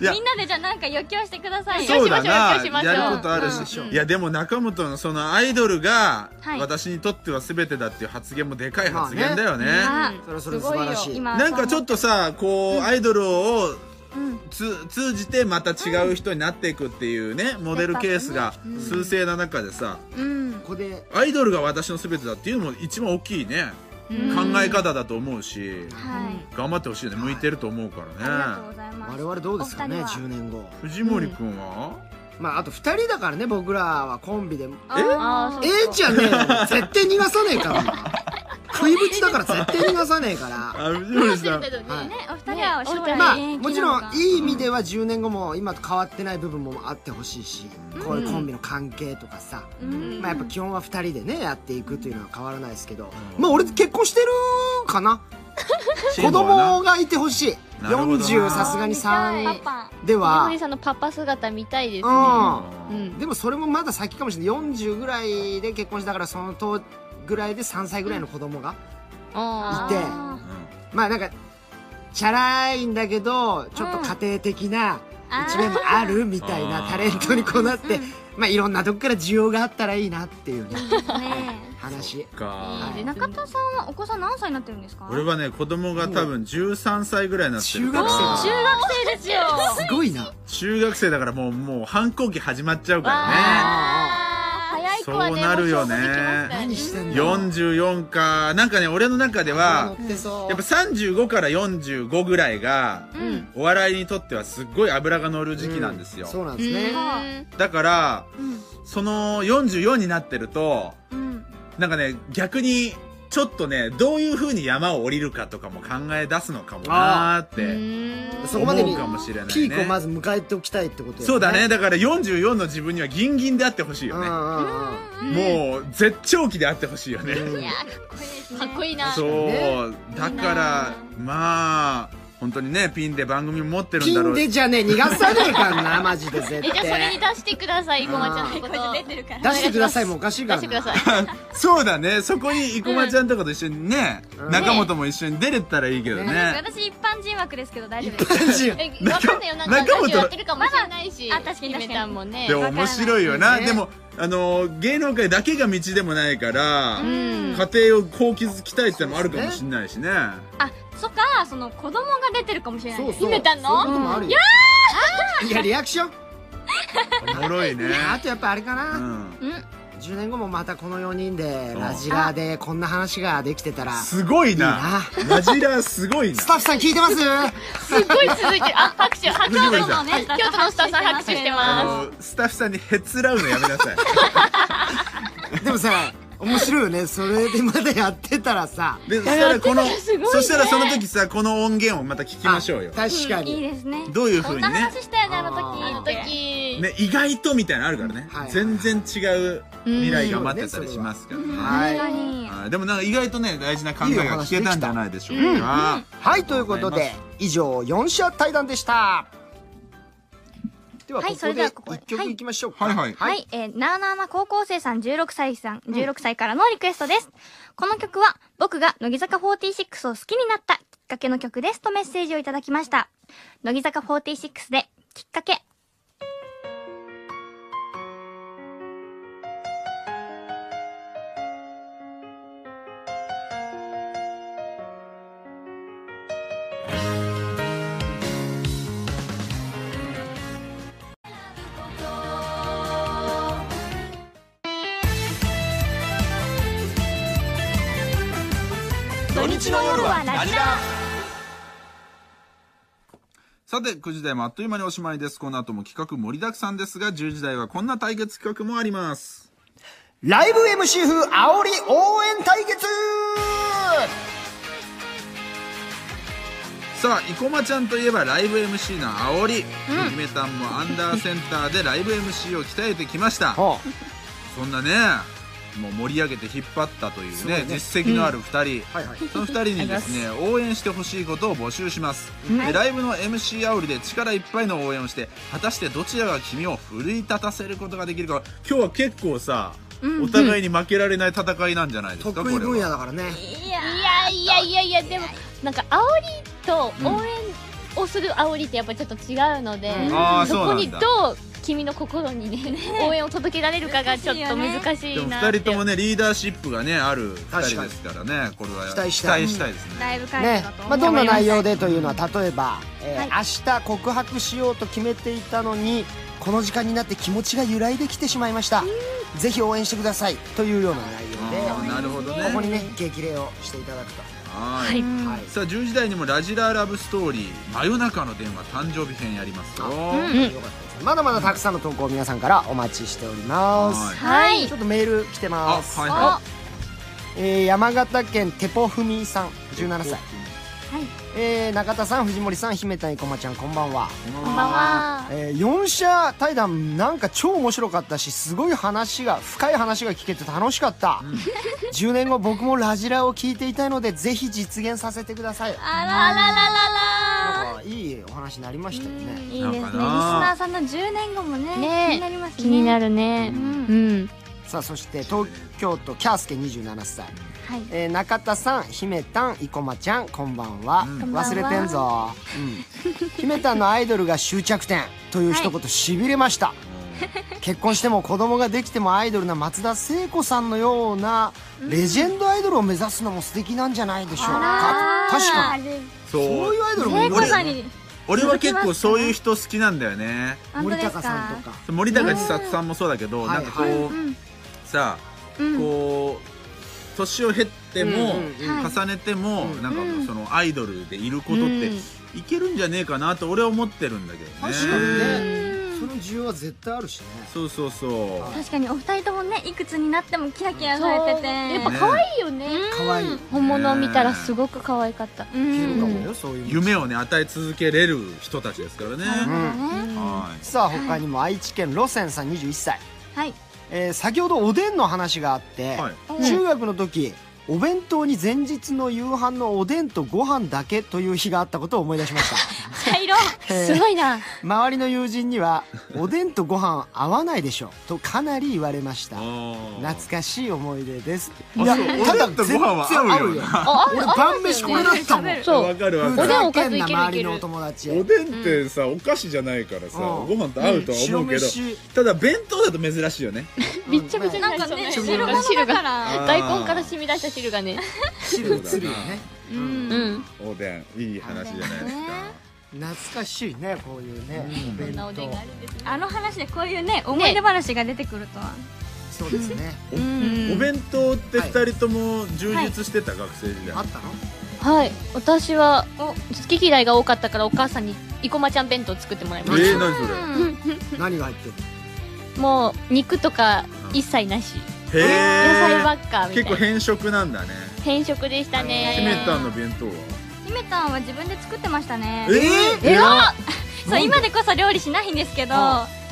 いやみんなでじゃあなんか余興してくださいそうだしなましょうやることあるし、いやでも中本のそのアイドルがはい私にとっては全てだっていう発言もでかい発言だよね,、あそれはそれで素晴らしい今なんかちょっとさこう、アイドルをうんつ通じてまた違う人になっていくっていうね、モデルケースが数勢な中でさ、うんここでアイドルが私の全てだっていうのも一番大きいね、考え方だと思うしはい頑張ってほしいよね向いてると思うかありがとうらごねざい我ます々どうですかおね二人10は年後藤森くんは、まああと2人だからね僕らはコンビでえあーえじゃねえよ絶対逃がさねえからな食いぶちだから絶対逃がさね えからあ藤森 さんはいねお二人は将来まあ現役もちなろのかんいい意味では10年後も今と変わってない部分もあってほしいし、こういうコンビの関係とかさ、うんまあ、やっぱ基本は2人でねやっていくというのは変わらないですけど、まあ俺結婚してるかな子供がいてほしいなるほどな40さすがに3パでは森さんのパパ姿見たいですねううんん、でもそれもまだ先かもしれない40ぐらいで結婚したからそのとぐらいで3歳ぐらいの子供がいて、あまあなんかチャラいんだけどちょっと家庭的な一面もあるみたいなあータレントにこうなって、まあいろんなとこから需要があったらいいなっていうねンね話かえ中田さんはお子さん何歳になってるんですか俺はね子供が多分13歳ぐらいになってるから中学生中生ですよすごいな中学生だからもうもう反抗期始まっちゃうからね早い子はそうねなるよもう勝負できますかねら何してんの44かなんかね俺の中では乗ってそうやっぱ35から45ぐらいが、お笑いにとってはすっごい脂が乗る時期なんですよ、そうなんですねだから、その44になってるとうんなんかね逆にちょっとねどういうふうに山を降りるかとかも考え出すのかもなーってそ思こまでにうかもしれないねピークをまず迎えておきたいってことよそうだねだから44の自分にはギンギンであってほしいようんうね、んうんもう絶頂期であってほしいよね、かっこいいなそうだからまあ本当にねピンで番組も持ってるんだろ金うでじゃねえ逃がさねえからなマジで絶えじゃあそれ対に出してください生駒ちゃんのこと出出てるから出してくださいもおかしいからしてくださいそうだねそこに生駒ちゃんとかと一緒にね、中本も一緒に出れたらいいけどね私一般人枠ですけど大丈夫ですいえわかんないよなんかラジ中本オやってるかもしれないしまだあ確かに確かに姫たんもねでも面白いよなねでもあの芸能界だけが道でもないから、家庭をこう築きたいってのもあるかもしれないしねあそっかその子供が出てるかもしれない そうですそうめたのそういうこともあるよいやリアクションおもろいねあとやっぱあれかうなん10年後もまたこの4人でラジラでこんな話ができてたらスすごいなマジラすごいなタッフさん聞いてますすっごい続いてるあ拍手拍手藤森さんね京都のスタッフさん拍手してあまのスタッフさんにへつらうのやめなさいでもさ面白いよねそれでまだやってたらさでそしたらこの、そしたらその時さこの音源をまた聞きましょうよあ確かいいにですねどういうふこうんになね話したよねあの時す時ね意外とみたいなのあるからね、はい全然違う未来が待ってたりしますからね、はい本当にあーでもなんか意外とね大事な考えが聞けたんじゃないでしょうかはいということで以上4社対談でしたではこはいそれではこここでで1曲いきましょうかはいはいはい、えー、なあなあな高校生さん16歳さん、16歳からのリクエストです。この曲は、僕が乃木坂46を好きになったきっかけの曲ですとメッセージをいただきました。乃木坂46で、きっかけ。土日の夜はラジラさて9時台もあっという間におしまいですこの後も企画盛りだくさんですが10時台はこんな対決企画もありますライブ MC 風煽り応援対決さあ生駒ちゃんといえばライブ MC の煽り姫、たんもアンダーセンターでライブ MC を鍛えてきましたはそんなねもう盛り上げて引っ張ったというすごいねね実績のある2人、はいはいその2人にですね応援してほしいことを募集します、でライブの MC 煽りで力いっぱいの応援をして果たしてどちらが君を奮い立たせることができるか今日は結構さ、お互いに負けられない戦いなんじゃないですか、得意こ分れ野はだからねいやいやいやいやでもなんか煽りと応援をする煽りってやっぱちょっと違うので、うんああそそうなこにんどだう君の心にね応援を届けられるかがちょっと難しでいもなっ2て人ともねリーダーシップがねある2確人かにですからねこれは期待した期い待したいですね、ライブ会ね場だと思まあ、うどんな内容でというのは例えば、えー明日告白しようと決めていたのにこの時間になって気持ちが揺らいできてしまいましたぜひ応援してくださいというような内あ容ーでなるほどねここにね激励をしていただくと、はいはいさあ10時台にも「ラジラーラブストーリー真夜中の電話誕生日編」やりますよ、よかったですねまだまだたくさんの投稿を皆さんからお待ちしておりますはいちょっとメール来てあはまいす、はえー山形県テポフミさん17歳、えー中田さん藤森さん姫谷こまちゃんこんばんはいこんばこんはんばんはえー、4社対談なんか超面白かったしすごい話が深い話が聞けて楽しかった、10年後僕もラジラを聞いていたいのでぜひ実現させてくださいあらららなんかいいお話になりましたよね、いいですねなリんスかなナーさんの10年後もねね気になりますね気になるねうんうんさあそして東京都キャースケ27歳、はいえー中田さん姫たんいこまちゃんこんばんは、うん忘れてんぞ、うん、姫たんのアイドルが終着点という一言しびれま した、結婚しても子供ができてもアイドルな松田聖子さんのようなレジェンドアイドルを目指すのも素敵なんじゃないでしょうか確かにそうそういうアイドルもいる聖子さん俺に俺は結構そういう人好きなんだよね本当森です高さんかとか森高千里さんもそうだけど、んなんかこう、はいはさあ、こう年を経っても、うんうんうん重ねても、うんなんかそのアイドルでいることって、いけるんじゃねえかなと俺は思ってるんだけどね確かにねその需要は絶対あるしねそうそうそう確かにお二人ともねいくつになってもキラキラされててやっぱね可愛いよね可愛いい本物を見たらすごく可愛かったうけるんかもよそういうの夢をね与え続けれる人たちですからね、うんはさあ他にも愛知県路線さん21歳はいえー先ほどおでんの話があって、はい中学の時お弁当に前日の夕飯のおでんとご飯だけという日があったことを思い出しました茶色えーすごいな周りの友人には「おでんとご飯合わないでしょ」とかなり言われましたい懐かしい思い出ですあそうおでんとご飯は絶対合うよ あ俺晩飯これだったもんそうそうわかるわふかおるでんざおかけずんいなけるい周けりるのお友達おでんってさ、お菓子じゃないからさ、うんご飯と合うとは思うけど、うん白飯ただ弁当だと珍しいよねびっちゃびちゃにななんりかそうねね汁なんか物だかあらー大根から染み出した汁がね汁つるよねうんうんおでんいい話じゃないですか懐かしいねこういうねお弁なおでんがあ当るんですねあの話でこういうね思い出話が出てくるとはそうですねお弁当って二人とも充実してた、学生時代あったのはい私は好き嫌いが多かったからお母さんに生駒ちゃん弁当作ってもらいましえー、何そ何が入ってるたもう肉とか一切なしれへ野菜ばえっかみた結い構な変色なんだね変色でした決ねめたの弁当は姫たんは自分で作ってましたねええらそう今でこそ料理しないんですけど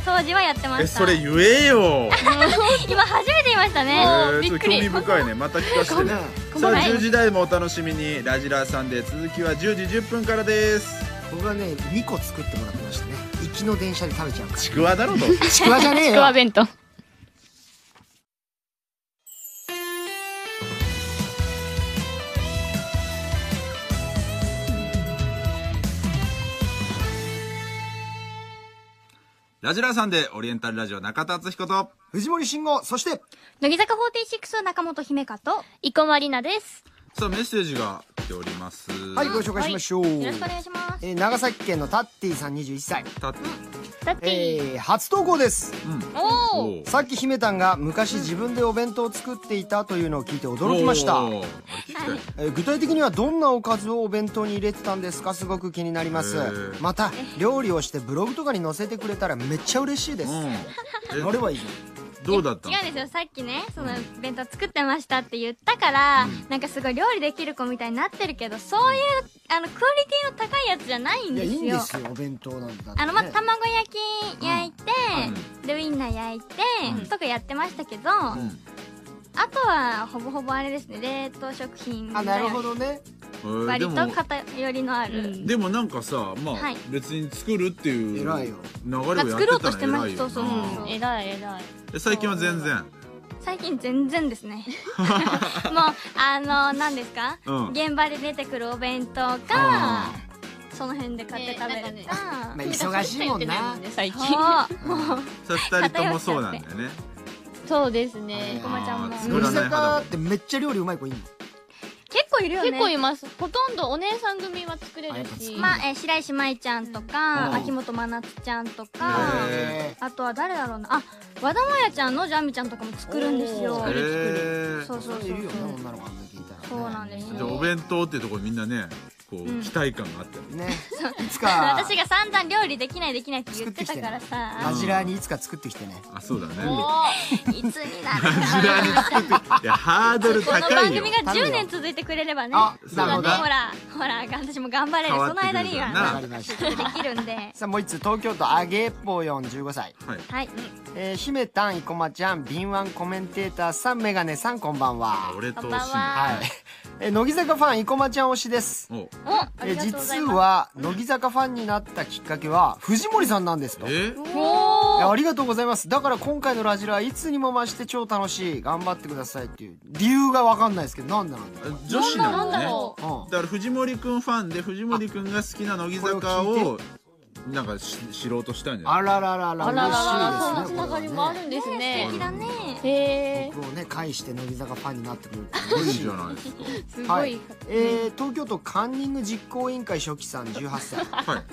掃除はやってまえしたそれ言えよ、今初めて言いましたえねー、びちょっっとく興味り深いねまた聞かせてねさあ10時台もお楽しみにラジラーさんで続きは10時10分からです僕はね2個作ってもらってましたね行きの電車で食べちゃ うからちくわだろとちくわじゃねえちくよわ弁当ラジラーさんでオリエンタルラジオ中田敦彦と藤森慎吾そして乃木坂46中本姫香と生駒里奈ですさあメッセージが来ておりますはいご紹介しましょう、よろしくお願いしますえー長崎県のタッティさん21歳、たってだってえー初投稿ですおおさっき姫たんが昔自分でお弁当を作っていたというのを聞いて驚きました、おーあれ聞きたいえー具体的にはどんなおかずをお弁当に入れてたんですかすごく気になりますへーまた料理をしてブログとかに載せてくれたらめっちゃ嬉しいです、うん乗ればいいじえどうだったの違うんですよさっきねその弁当作ってましたって言ったから、なんかすごい料理できる子みたいになってるけどそういうあのクオリティの高いやつじゃないゃんんいでやすいよいんですよお弁当なんだって、ね、あのまず卵焼き焼いて、うんでウインナー焼いて、とかやってましたけど、うんあとはほぼほぼあれですね冷凍食品あなるほどねえーで割もと偏りのある、でもなんかさまあ、はい別に作るっていう流れを偉やっいてよたのまあ作ろうとしてま偉すいそようそうなそうえらいえらいで最近は全然最近全然ですねもうあの何ですか、うん現場で出てくるお弁当かその辺で買って食べるか,、ねまあ忙しいもんな最近そうそれ二人ともそうなんだよねそうですねおばちゃんもあー作乃木らない派坂だってめっちゃ料理うまい子いんの 結構いるよね結構いますほとんどお姉さん組は作れあやるっぱ作しるまあ、えー白石舞ちゃんとか、うん秋元真夏ちゃんとへか、えあとは誰だろうなあ和田真也ちゃんのじゃあみちゃんとかも作るんですよへえそうそうそういるよねそう女の子あんな聞いたらねそうなんですじゃあおよ弁当っていうところみんなねこう期待感があったよねねいつか私が散々料理できないできないって言ってたから作さラジラーにいつか作ってきてねあそうだねいつになるか ラジラーに作 っていやハードルこの高番いよ組が10年続いてくれればねあそうなるだほほどねらほら私も頑張れる変そわっのてくる間にはじゃんなわかりましたできるんでさあもう一つ東京都あげっぽよん15歳はいはいえー、姫たんいこまちゃん敏腕コメンテーターさんメガネさんこんばんあは俺とこんしばんははいえー乃木坂ファンいこまちゃん推しですおおありえーがとうござ実いますは乃木坂ファンになったきっかけは藤森さんなんですとえいやありがとうございますだから今回のラジラはいつにも増して超楽しい頑張ってくださいっていう理由がわかんないですけどなんだろうね女子なのねうんこだから藤森くんファンで藤森くんが好きな乃木坂これををなんかし知ろうとしたんじゃないあららららあらららそんらな嬉つしいですねながりもあるんですね素敵だねへえこれはね僕をね介して乃木坂ファンになってくれるってい嬉いしいじゃないですかすごはいい、えー、東京都カンニング実行委員会初期さん18歳はい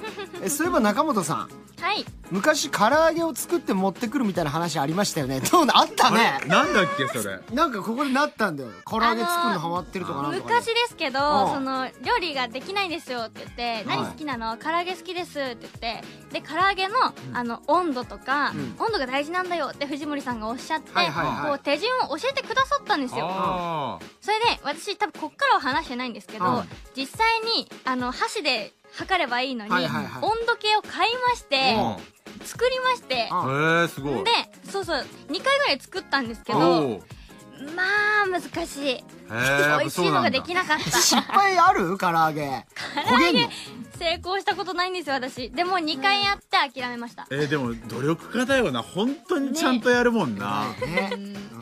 えそういえば中本さんはい昔唐揚げを作って持ってくるみたいな話ありましたよねどうなあったあねれなんだっけそれなんかここでなったんだよ唐揚げ作るのハマってるとかなんとかで昔ですけどうんその料理ができないですよって言って「何好きなの唐揚げ好きです」って言ってで唐揚げのあの温度とかうん温度が大事なんだよって藤森さんがおっしゃってはいはいはいこう手順を教えてくださったんですよあそれで私多分こっからは話してないんですけうどん実際にあの箸で測ればいいのにはいはいはい温度計を買いましてあ作りましてあへえすごいでそうそう2回ぐらい作ったんですけおどーまあ難しいへえ美味しいのができななかった失敗ある唐揚げ唐揚焦げんげの成功したことないんですよ私でも2回やって諦めました、えーでも努力家だよな本当にちゃんとやるもんな、ね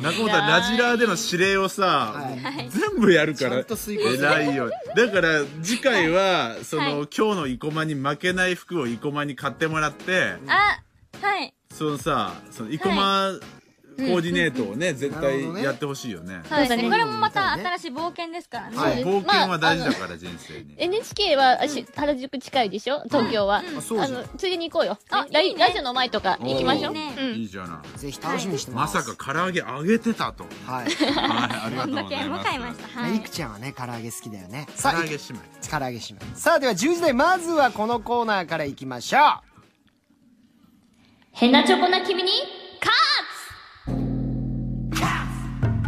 中本はラジラーでの指令をさ、は全部やるかちゃらんと遂行する偉いよだから次回はその、はい今日の生駒に負けない服を生駒に買ってもらってあはいそのさその生駒コーディネートをね、絶なるほどね対やってほしいよねそうですねそうだねこれもまた新しい冒険ですからね、はい冒険は大事だから、人生に NHK はあし原宿近いでしょ東京は、あそうあじゃのついでに行こうよあねラいいイねラジオの前とか行きましょうおーねいいじゃないんぜひ楽しみにしてままさす、か唐揚げ揚げてたとははい、いありがとうこんごだざけいもま買いましすたはいいくちゃんはね唐揚げ好きだよね唐さあ揚いげ姉妹唐揚げしますさあでは10時台まずはこのコーナーからいきましょう変なチョコな君に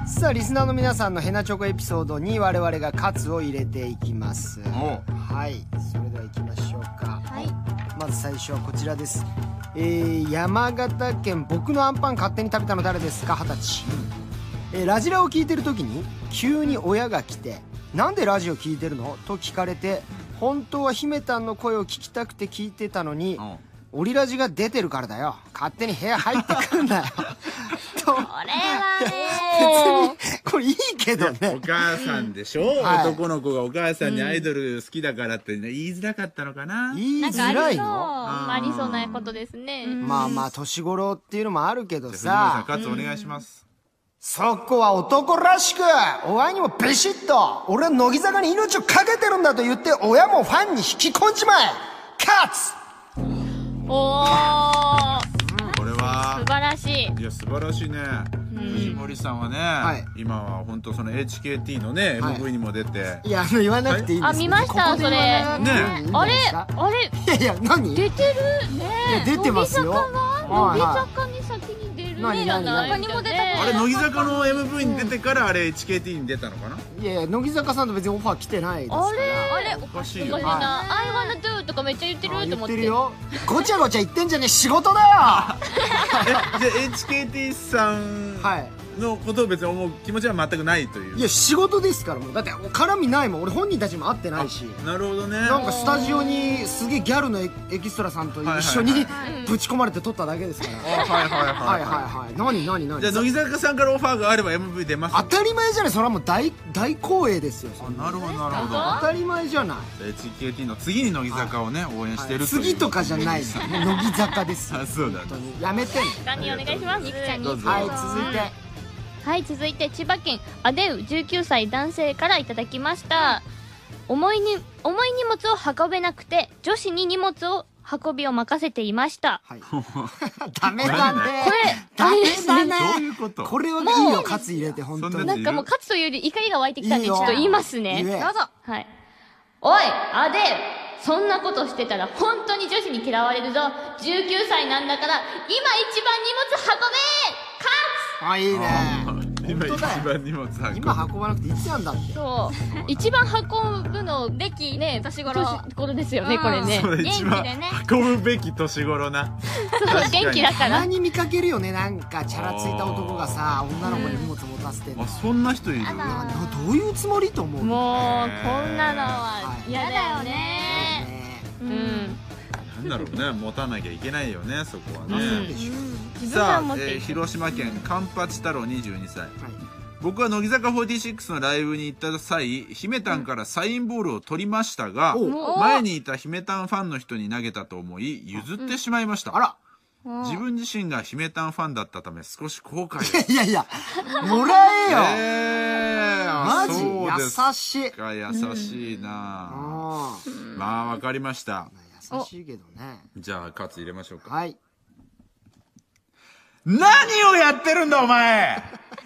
さあリスナーの皆さんのヘナチョコエピソードに我々がカツを入れていきますおうはいそれでは行きましょうか、はいまず最初はこちらですえー山形県僕のアンパン勝手に食べたの誰ですか二十歳、えーラジラを聞いてる時に急に親が来て「なんでラジオ聞いてるの?」と聞かれて本当は姫たんの声を聞きたくて聞いてたのにおうオリラジが出てるからだよ勝手に部屋入ってくん なよとこれはねこれいいけどおね母さんでしょ、はい男の子がお母さんにアイドル好きだからってね言いづらかったのかな言いなんかあづりらそういのまあありそうなことですね、まあまあ年頃っていうのもあるけど藤森さんさカツお願いします、そこは男らしくお前にもビシッと俺は乃木坂に命を懸けてるんだと言って親もファンに引き込んじまえカツおーこれは素晴らしいいや素晴らしいね、藤森さんはね、い今は本当その HKT のね、はい MV にも出ていやあの言わなくていいんですあ見ましたここで言わなくていいんじゃあなれいですかあれいやいや何出てるねえ出てますよ乃木坂はいは乃木坂に先に出る何じゃない何にも出たあれ乃木坂の MV に出てからあれ HKT に出たのかないやいや乃木坂さんと別にオファー来てないですからあれあれおかしいおかよしいねな「I wanna do」とかめっちゃ言ってあると言思っっててるよごちゃごちゃ言ってんじゃねえ仕事だよえじゃあ HKT さんはいのことを別に思う気持ちは全くないといういや仕事ですからもうだって絡みないもん俺本人たちも会ってないしなるほどねなんかスタジオにすげえギャルのエキストラさんと一緒はいにぶち込まれて撮っただけですからあはいはいはいはいはいはい何何何じゃあ乃木坂さんからオファーがあれば MV 出ます当たり前じゃないそれはもう大大光栄ですよそあんななるほどなるほ当どたり前じゃない HKT の次に乃木坂をね応援してるという次とかじゃないですよもう乃木坂ですよあ そうだね本当にやめてね何お願いしますちゃんにどうぞはい続いてはい続いて千葉県アデウ19歳男性からいただきました重いに重い荷物を運べなくて女子に荷物を運びを任せていましたはい ダメだねこれダメだどういねうことこれはいいよカツ入れて本当そんにななんかもう勝つというより怒りが湧いてきたんでちょっと言いますね言えぞはいおいアデウそんなことしてたら本当に女子に嫌われるぞ19歳なんだから今一番荷物運べかあいいね今一本当だよ番荷物運ぶ今運ばなくていいなんだってそう一番運ぶ のできね年頃ですよねこれねそれ一番元気でね運ぶべき年頃なそう元確かに気だからたまに見かけるよねなんかチャラついた男がさ女の子に荷物持たせてんのあそんな人いるなどういうつもりと思うもうねこんなのは嫌だよねうんなんだろうね持たなきゃいけないよねそこはね、そうでしょさあ、えー広島県カンパチ太郎22歳僕は乃木坂46のライブに行った際姫たんからサインボールを取りましたが、お前にいた姫たんファンの人に投げたと思い譲ってしまいました、あら自分自身が姫たんファンだったため少し後悔ですいやい やもらえよ、えーマジそうですか優しい優しいな、あまあわかりました優しいけどねじゃあカツ入れましょうかはい何をやってるんだお前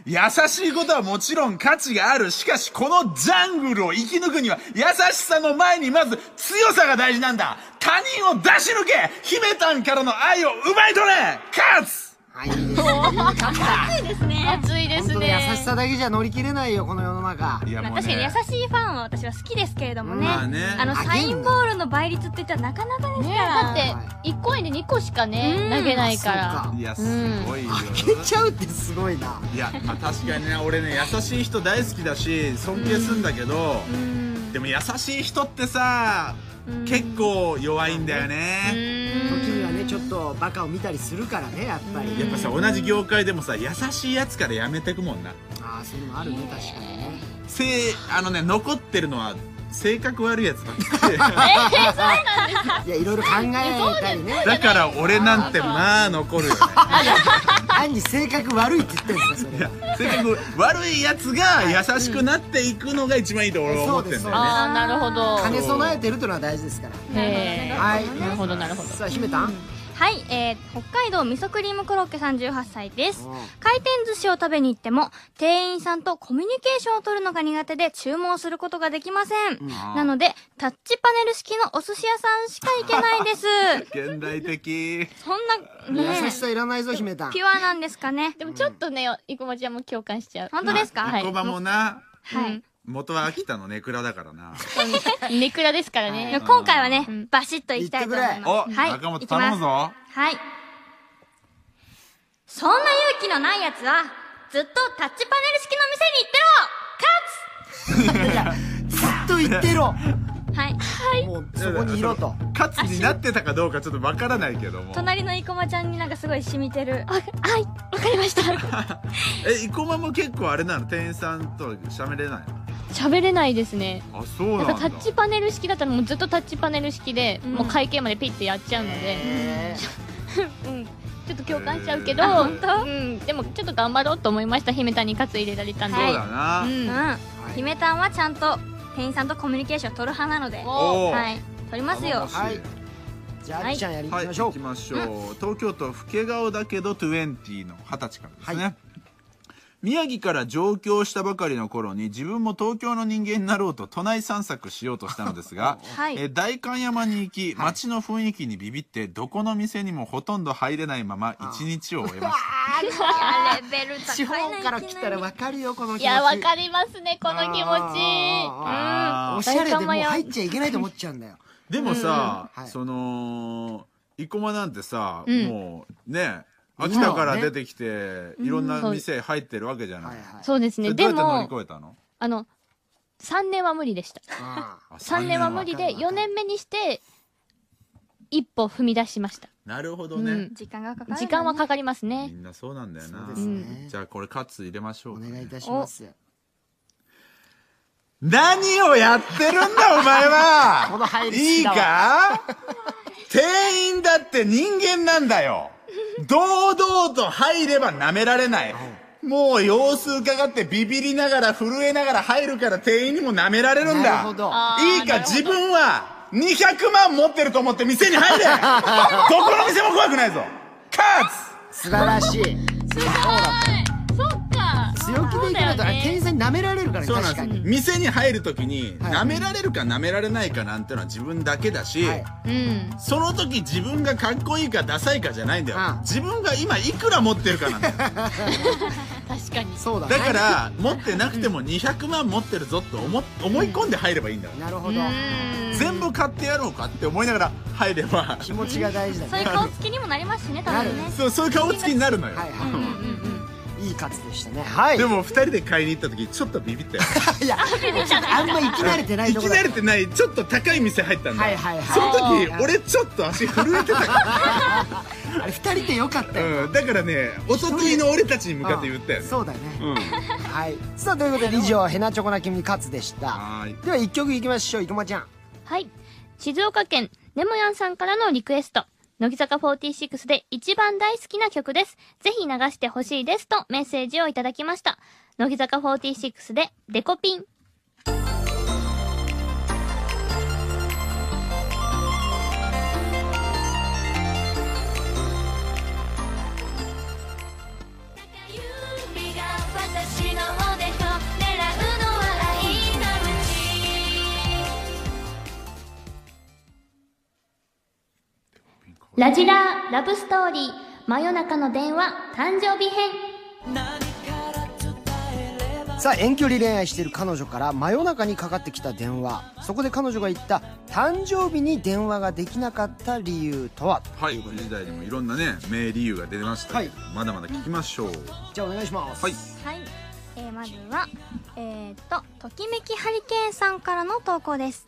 優しいことはもちろん価値がある。しかし、このジャングルを生き抜くには、優しさの前にまず強さが大事なんだ他人を出し抜け姫たんからの愛を奪い取れ勝つはいいいですね熱いで本す当に優しねさだけじゃ乗り切れないよこの世の中いやもう、ね、確かに優しいファンは私は好きですけれどもね,、まあねあのあげんなサインボールの倍率って言ったらなかなかですから、だって1円で2個しかね投げないからいや、すごいよ。そうか開けちゃうってすごいないや、まあ確かにね、俺ね、優しい人大好きだし、尊敬するんだけど、でも優しい人ってさ、結構弱いんだよね。時にはねちょっとバカを見たりするからねやっぱりやっぱさ同じ業界でもさ優しいやつからやめてくもんなああそういうのあるね確かにねせいあのね残ってるのは性格悪いやつば っかいやいろいろ考えたりねりだから俺なんてまあ残るよね単に性格悪いって言ってるんですかそれは性格悪いやつが優しくなっていくのが一番いいと俺は思ってんだよねああなるほど兼ね備えてるというのは大事ですからへえはいなるほどなるほどさあ姫たんはい、えー、北海道味噌クリームコロッケ38歳です。回転寿司を食べに行っても、店員さんとコミュニケーションを取るのが苦手で注文することができません。なので、タッチパネル式のお寿司屋さんしか行けないです。現代的そんな、優ねしさいらないぞ姫たんピュアなんですかね。でもちょっとね生駒ちゃんも共感しちゃう本当ですかまあはい生駒もなはい。元は秋田のネクラだからな ネクラですからねでも今回はね、バシッと行きたいと思います。おはい、中行本きま頼むす。ぞはい。そんな勇気のない奴は、ずっとタッチパネル式の店に行ってろ勝つずっと言ってろはい。もうそこにいろと勝つになってたかどうかちょっとわからないけども隣の生駒ちゃんになんかすごい染みてる。あ、はいわかりましたえ生駒も結構あれなの店員さんと喋れない喋れないですねのあそうやなっぱんタだッチパネル式だったらもうずっとタッチパネル式で、もう会計までピッてやっちゃうので、うん、ちょっと共感しちゃうけど、うん、でもちょっと頑張ろうと思いました姫谷勝入れられたんで、そうだな、うん、うん。姫たんはちゃんと店員さんとコミュニケーション取る派なので。おーはい。取りますよ。はいじゃああきちゃんやりまはい、しょ行うきましょう、東京都老け顔だけど20の二十歳からですね、宮城から上京したばかりの頃に自分も東京の人間になろうと都内散策しようとしたのですが、はいえ代官山に行き街の雰囲気にビビってどこの店にもほとんど入れないまま一日を終えましたあレベル高い地方から来たらわわかるよこの気持ちいやわかりますねこの気持あーおしゃれでもう大入っちゃいけないと思っちゃうんだよでもさ、うんはいその生駒なんてさ、もうね秋田から出てきて、いろんな店入ってるわけじゃない。そうですね。でどでうやって乗りも、越えたのあの、3年は無理でした。ああ3年は無理で、4年目にして、一歩踏み出しました。なるほどね。時間がかかる、時間はかかりますみね。んなそうなんだよそなう。ですねじ。ゃあこれカツ入れましょおう。願いいたします。何をやってるんだお前は この入りいい好きだか店員だって人間なんだよ堂々と入れば舐められないもう様子伺ってビビりながら震えながら入るから店員にも舐められるんだなるほど。いいか自分は200万持ってると思って店に 入れどこの店も怖くないぞカ素晴らしい。そっか強気でいくのとね、店員さんに舐められるからね、そうなん確でかす、に。店に入るときにはい舐められるか舐められないかなんてのは自分だけだし、はいうん。その時自分がかっこいいかダサいかじゃないんだよ、ああ自分が今いくら持ってるかなん だよだ確かに。そうだね。から持ってなくても200万持ってるぞと思思い込んで入ればいいんだよ、なるほど。全部買ってやろうかって思いながら入れば気持ちが大事だそういねう。顔つきにもなりますしね、多なる分ね。そうそういう顔つきになるのよ、はいはい。いいカツでしたね。はい。でも2人で買いに行った時ちょっとビビったよいや、あんま生き慣れてないいとこきだ慣れてないちょっと高い店入ったんだ、はいはいはいその時俺ちょっと足震えて たかあれ、二人でよかったよ。ら、うん、だからね一昨日の俺たちに向かって言ったよねそうだよね。うんはい。さあ、ということで、以上、ヘナチョコな君カツでした。はーいでは、一曲いきましょう、いとまちゃん。はい。静岡県、ネモヤンさんからのリクエスト。乃木坂46で一番大好きな曲です。ぜひ流してほしいですとメッセージをいただきました。乃木坂46でデコピン。指が私のおでこ狙うのは愛のうちラジラーラブストーリー真夜中の電話誕生日編さあ遠距離恋愛している彼女から真夜中にかかってきた電話そこで彼女が言った誕生日に電話ができなかった理由とははい、これ時代にもいろんなね名理由が出てましたけど、まだまだ聞きましょうじゃあお願いしますはいはい、えーまずはえー、っとときめきハリケーンさんからの投稿です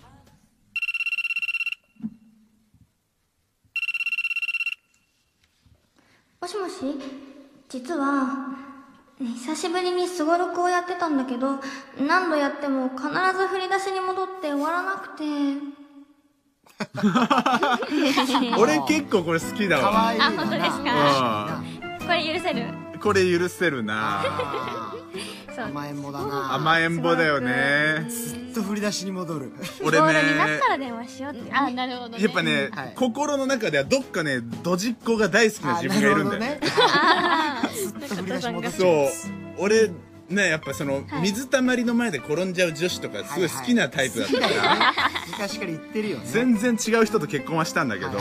もしもし実はね久しぶりにすごろくをやってたんだけど何度やっても必ず振り出しに戻って終わらなくて俺結構これ好きだかわわいいあ本当ですこれ許せるうんこれ許せるなか 甘えん坊だな甘えん坊だよねずっと振り出しに戻る俺ボールになねったら電話しようってあ、なるほどね。やっぱね、はい心の中ではどっかねドジっ子が大好きな自分がいるんだよねあなるほどねずっと振り出し戻すそう俺ねやっぱその、水たまりの前で転んじゃう女子とかすごい好きなタイプだったから、好きだよね昔から言ってるよね全然違う人と結婚はしたんだけど、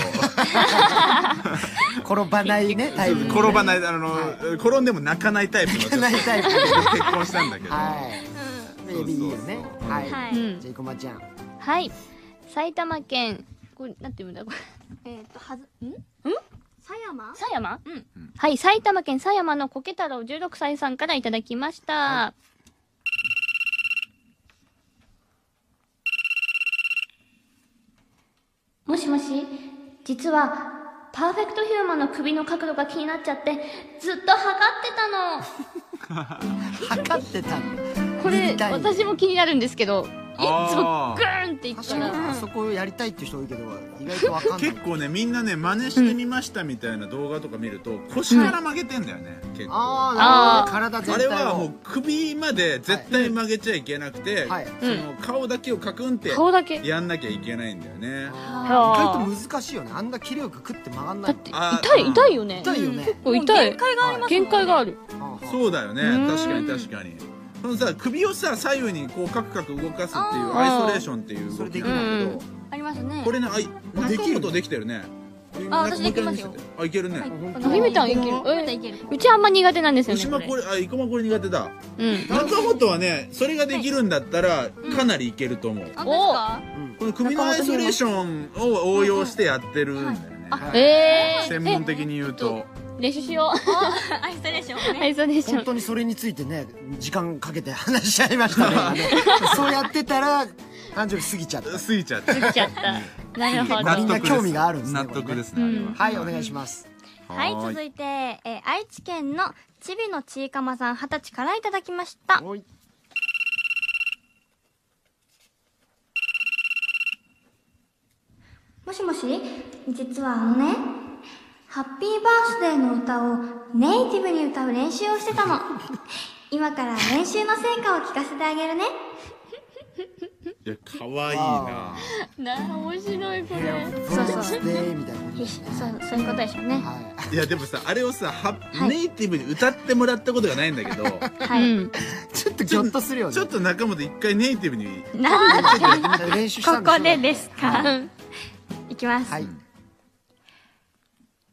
転ばないねタイプ転ばないあの、転んでも泣かないタイプの女子転 ばないタイプと結婚したんだけど、はいベビーいいよねはい、じゃあ生駒ちゃんはい。埼玉県、これ、なんて言うんだこれ。えー、っとはずんん狭山狭山うん。はい。埼玉県狭山のコケ太郎16歳さんからいただきました。もしもし実はパーフェクトヒューマンの首の角度が気になっちゃってずっと測ってたの測ってたんだこれ見たい私も気になるんですけどいつもあーグーンっていっ確たからにあそこやりたいって人多いけど意外とわかんない結構ねみんなね真似してみましたみたいな動画とか見ると腰から曲げてんだよね、結構あああなるほどね体全れ体はをもう首まで絶対曲げちゃいけなくて、はいその顔だけをカクンって顔だけやんなきゃいけないんだよね意あ外と難しいよねあんな切れよく食って曲がんなだいってあー痛い痛いよね痛いよね結構痛い限界がありますもんね限界があるそうそうだよね確かに確かにそのさ首をさ左右にこうカクカク動かすっていうアイソレーションっていう動きなんだけどありますねこれねあいで中きる本できてるねあ私できますよあいけるね、あゆみたんいけるえうちあんま苦手なんですよね牛こ間れこれあ生駒これ苦手だうん中本はねそれができるんだったらかなりいけると思う、本当ですかこの首のアイソレーションを応用してやってるんだよね、えー専門的に言うと練習しよアイソレーションをう。ねアイソレーショ本ン。当にそれについてね時間かけて話しちゃいましたねあのそうやってたら誕生日過ぎちゃった過ぎちゃってちゃった。なるほ まあみ納得んなでど。す興味があるんですね納得ですねこあれねれははいお願いしますはい、続いて、えー愛知県のちびのちいかまさん二十歳からいただきました。おいもしもし実はあのね、ハッピーバースデーの歌をネイティブに歌う練習をしてた の。今から練習の成果を聞かせてあげるね。いや可愛いなな、面白いこれ。そうそうでみたいなことですねそう、そういうことでしょうね。はいやでもさあれをさはネイティブに歌ってもらったことがないんだけ どはい。うん。いちょっとギョッとするよねちょっと中本一回ネイティブになんだ、練 習したんこですこでですか。いきます。はい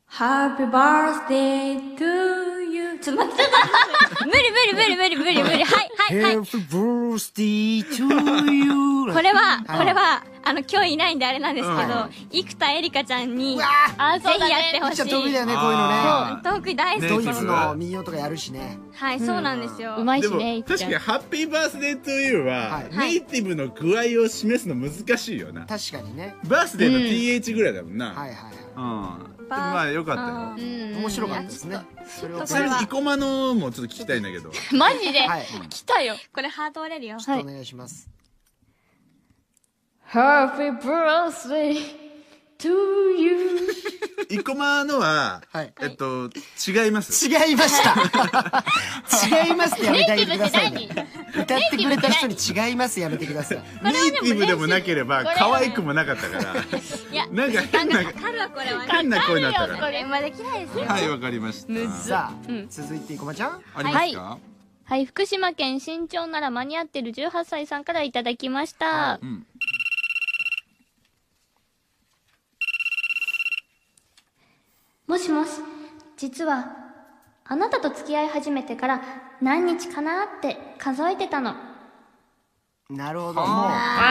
Happy birthday to you. ちょっと待って、ちょっと待って無理無理無理無理無理無理。はい、はい、はい。 Happy birthday to you これは、はいこれは、あの、今日いないんであれなんですけどう、生田絵梨花ちゃんに、あ、ぜそうだひやってね。ほめしっちゃい。得意だよねこういうのねあートーク大ね好ドき。イツの民謡とかやるしねはい、そうなんですよ。うまいでしもね、いっ確かちゃに「ん。ハッピーバースデートゥーユーははいはいネイティブの具合を示すの難しいよな確かにねバースデーの TH ぐらいだもんはいなはいはうんまあよかったよい面白かったですねそれをちなみに生駒のもちょっと聞きたいんだけどマジではい来たよ。これハート折れるよ。ちょっとお願いします。 Happy birthday to you. 生駒のははいえっと違います違いました違いますってやめてあげてくださいネイねティブっ歌ってくれた人に違いますやめてくださいネイティブでもなければこれは可愛くもなかったからやなんか変なかかるわ、これはね。変な声になったかこられ電話できないですよ。はいわかりましたさあ続いて生駒ちゃんありますかはい、福島県新町なら間に合ってる18歳さんからいただきました。うんもしもし、実は、あなたと付き合い始めてから何日かなって数えてたの。なるほどもう大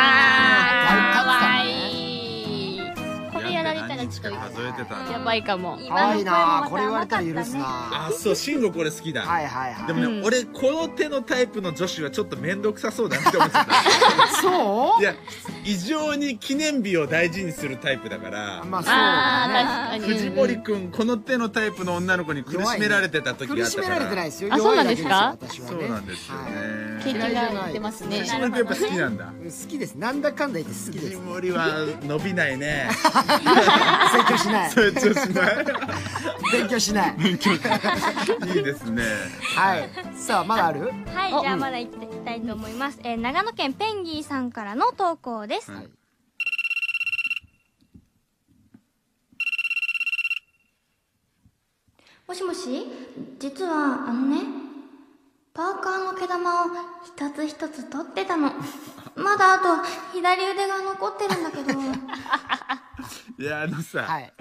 活躍だねこれやられたらちょっ数えてたんとだやばいかも。可愛いなこれ言われたたら許すなはあそう慎吾これ好きだいはいはでいもね、俺この手のタイプの女子はちょっと面倒くさそうだなって思ってたそいや異常に記念日を大事にするタイプだからうまあそうだねああ、確か藤に。森くんこの手のタイプの女の子に苦しめられてた時があ苦っしためかられてないですすよあそうなん弱いだけですか私はねそうなんですよねは経嫌い験じゃがない出ますね。藤森くんやっぱ好きなんだい好きですなんだかんだ言って好き です藤森は伸びないね 成長しない成長しない勉強しないいいですねはいさあまだあるはい、じゃあまだ行っていきたいと思います。えー長野県ペンギーさんからの投稿です。はいもしもし実はあのねパーカーの毛玉を一つ一つ取って たのまだあと左腕が残ってるんだけどいやあのさ、はい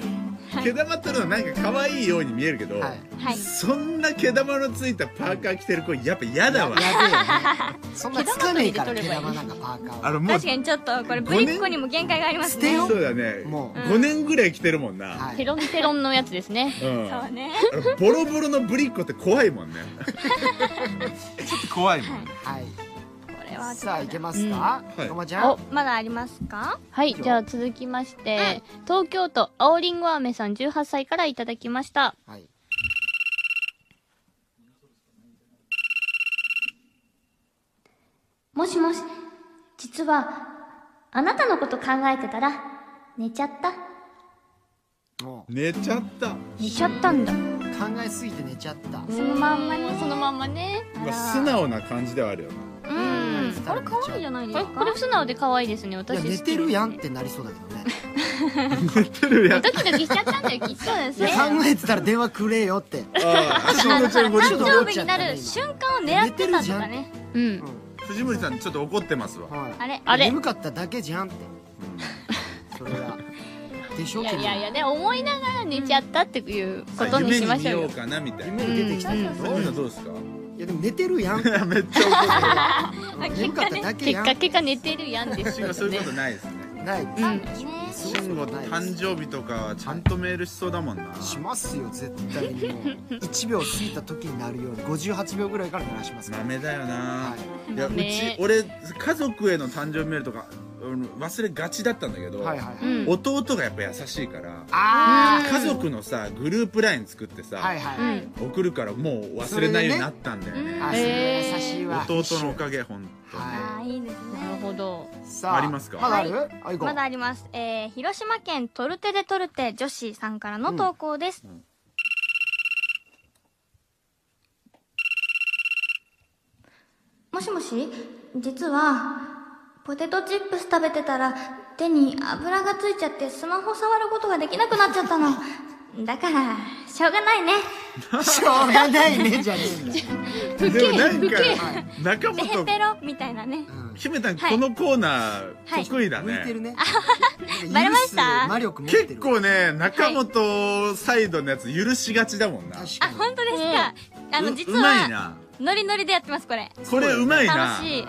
毛玉取るのなんか可愛いように見えるけど、はいはいそんな毛玉のついたパーカー着てる子やっぱ嫌だわやべえねそんなつかねえから毛玉なんかパーカーはあのもう確かにちょっと、これブリッコにも限界があります捨てね。よそうだねもう5年ぐらい着てるもんな、はペいロンペロンのやつですね。うんそう ね。あのボロボロのブリッコって怖いもん ねちょっと怖いもんはいこれはちょさっあといけまうすかんはい生駒ちゃんおまだありますかはい、じゃあ続きまして、東京都青りんご飴さん18歳からいただきました。はいもしもし、実は、あなたのこと考えてたら、寝ちゃった。も寝ちゃったしちゃったんだ。う考えすぎて寝ちゃったそのまんまね。そのまんまね。まあ素直な感じではあるよなうん。これ可愛いじゃないでこれ、すこかれ素直で可愛いですね。いや私寝てるやんってなりそうだけどね ドキドキしちゃったんだよ、きっと。そうですいや考えてたら電話くれよってああ慎吾ちゃんごちょ自身っと誕生思っ日ちゃになったねる瞬間を狙ってたとかね。うん。藤森さんちょっと怒ってますわはいあれあれ眠かっただけじゃんってそれはでしょいや君いやいやね、思いながら寝ちゃったっていうこさとあに夢しまにし見ょうようよ。かなみたいな夢に出てきたけそういうのどどうですかいやでも寝てるやんめっちゃ眠かっただけ結やん果、結果寝てるやんで怒すってよるそういうねこ。とないですねないうん。で慎吾と誕生日とかはちゃんとメールしそうだもんなしますよ絶対にもう1秒過ぎた時になるように58秒ぐらいから鳴らしますかダらメだよなはいやうち俺家族への誕生日メールとかうん忘れがちだったんだけど、いはいはいはい、うん弟がやっぱ優しいからあ家族のさグループライン作ってさ、あはいはい、うん送るからもう忘れないようになったんだよねあそれ優しいわ弟のおかげ本当に、はあいいですなるほど。いさあありますかまだある、あいこうまだあります。えー、広島県トルテでトルテ女子さんからの投稿です。んもしもし実はポテトチップス食べてたら手に油がついちゃってスマホ触ることができなくなっちゃったのだからしょうがないねしょうがないねじゃねえんだよ不でも景なん不か景中ペヘ本ペロみたいなね。姫たんこのコーナはーい得意だね、向いてるねバレました魔力持ってる結構ね中本サイドのやつ許しがちだもんな、確あ、かに本当ですか。あうの、実うまいは、なノリノリでやってます、これ。これうまいな楽しい。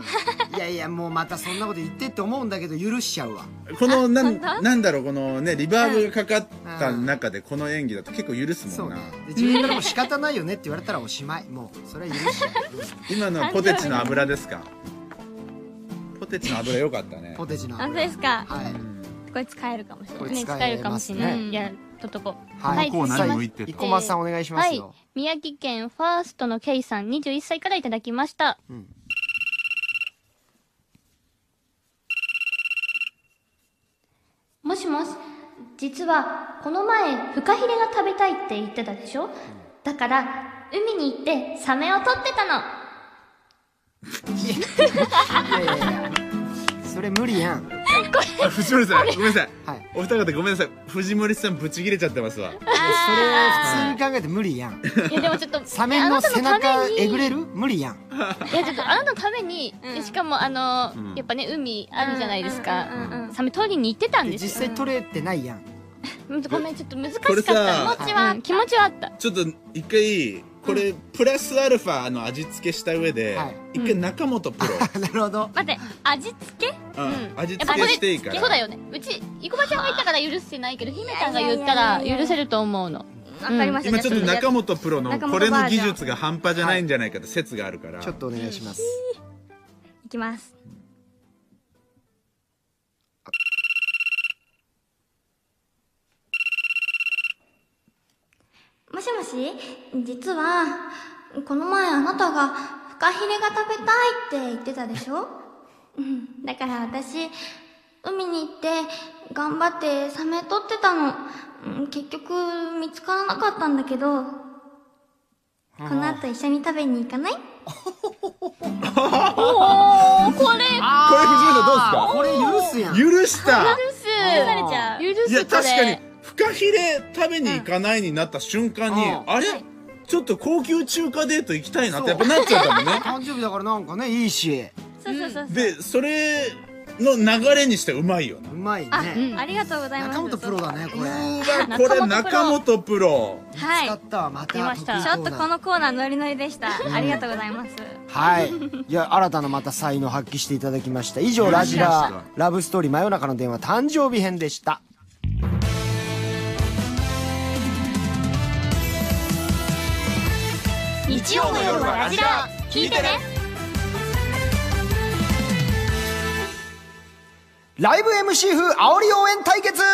いやいやもうまたそんなこと言ってって思うんだけど許しちゃうわこのなんなんだろうこのねリバーブがかかったうん中でこの演技だと結構許すそもんうねな、で自分からも仕方ないよねって言われたらおしまいもうそれは許しちゃう今のはポテチの油ですかポテチの油良かったねポテチの本当油ですか。はいこれ使えるかもしれこない。れね、使使ええるかもましすれない。ねいや、とっとこう。はいこのコーナーにも言って生た駒さんお願いしますよはい。宮城県ファーストのケイさん、21歳からいただきました。うんもしもし、実はこの前、フカヒレが食べたいって言ってたでしょだから、海に行ってサメを取ってたの。いやいやいやそれ無理やんあ藤森さんごめんなさい、はいお二方ごめんなさい藤森さんブチギレちゃってますわそれ普通に考えて無理やんいや、でも ちょっと、サメの背あなたの中ためにえぐれる無理やんいやちょっとあなたのために、うんしかもあの、うんやっぱね海あるじゃないですうんうんうんうんかサメ取りに行ってたんでです実よ際取れてないやん うんごめんちょっと難しかこれったさ気持ちは、うん気持ちはあったちょっと一回これ、プラスアルファの味付けした上で、はい一回中本プロ、なるほど待って、味付けうん味や付っぱけこれしていいからそうだよねうち生駒ちゃんがいたから許してないけど姫ちゃんが言ったら許せると思うのわかりました。今ちょっとじゃあ中本プロの中本これバのージョ技ン術が半端じゃないんじゃないかって説があるから、ちょっとお願いしますいきます。もしもし実はこの前あなたがフカヒレが食べたいって言ってたでしょうんだから私海に行って頑張ってサメ取ってたのうん結局見つからなかったんだけどこの後一緒に食べに行かないおおこれこれ藤森さんどこれ許すやんうですか許した疲れちゃう。許すいやこれ確かにフカヒレ食べに行かないになった瞬間に、うんあれちょっと高級中華デート行きたいなってやっぱなっちゃったもんね誕生日だからなんかねいいしそうそうそうそう。でそれの流れにしてうまいよ なうまいね、うんありがとうございます。中本プロだねこれうわこれ中本プロはい。使ったわまたました得意ちコょーっナとーこのコーナーノリノリでした。ありがとうございます。はいいや新たなまた才能発揮していただきました以上「ラいジいでラすかラブストーリー真夜中の電話」誕生日編でした日曜の夜はラジラ聞いてねライブ MC 風煽り応援対決さ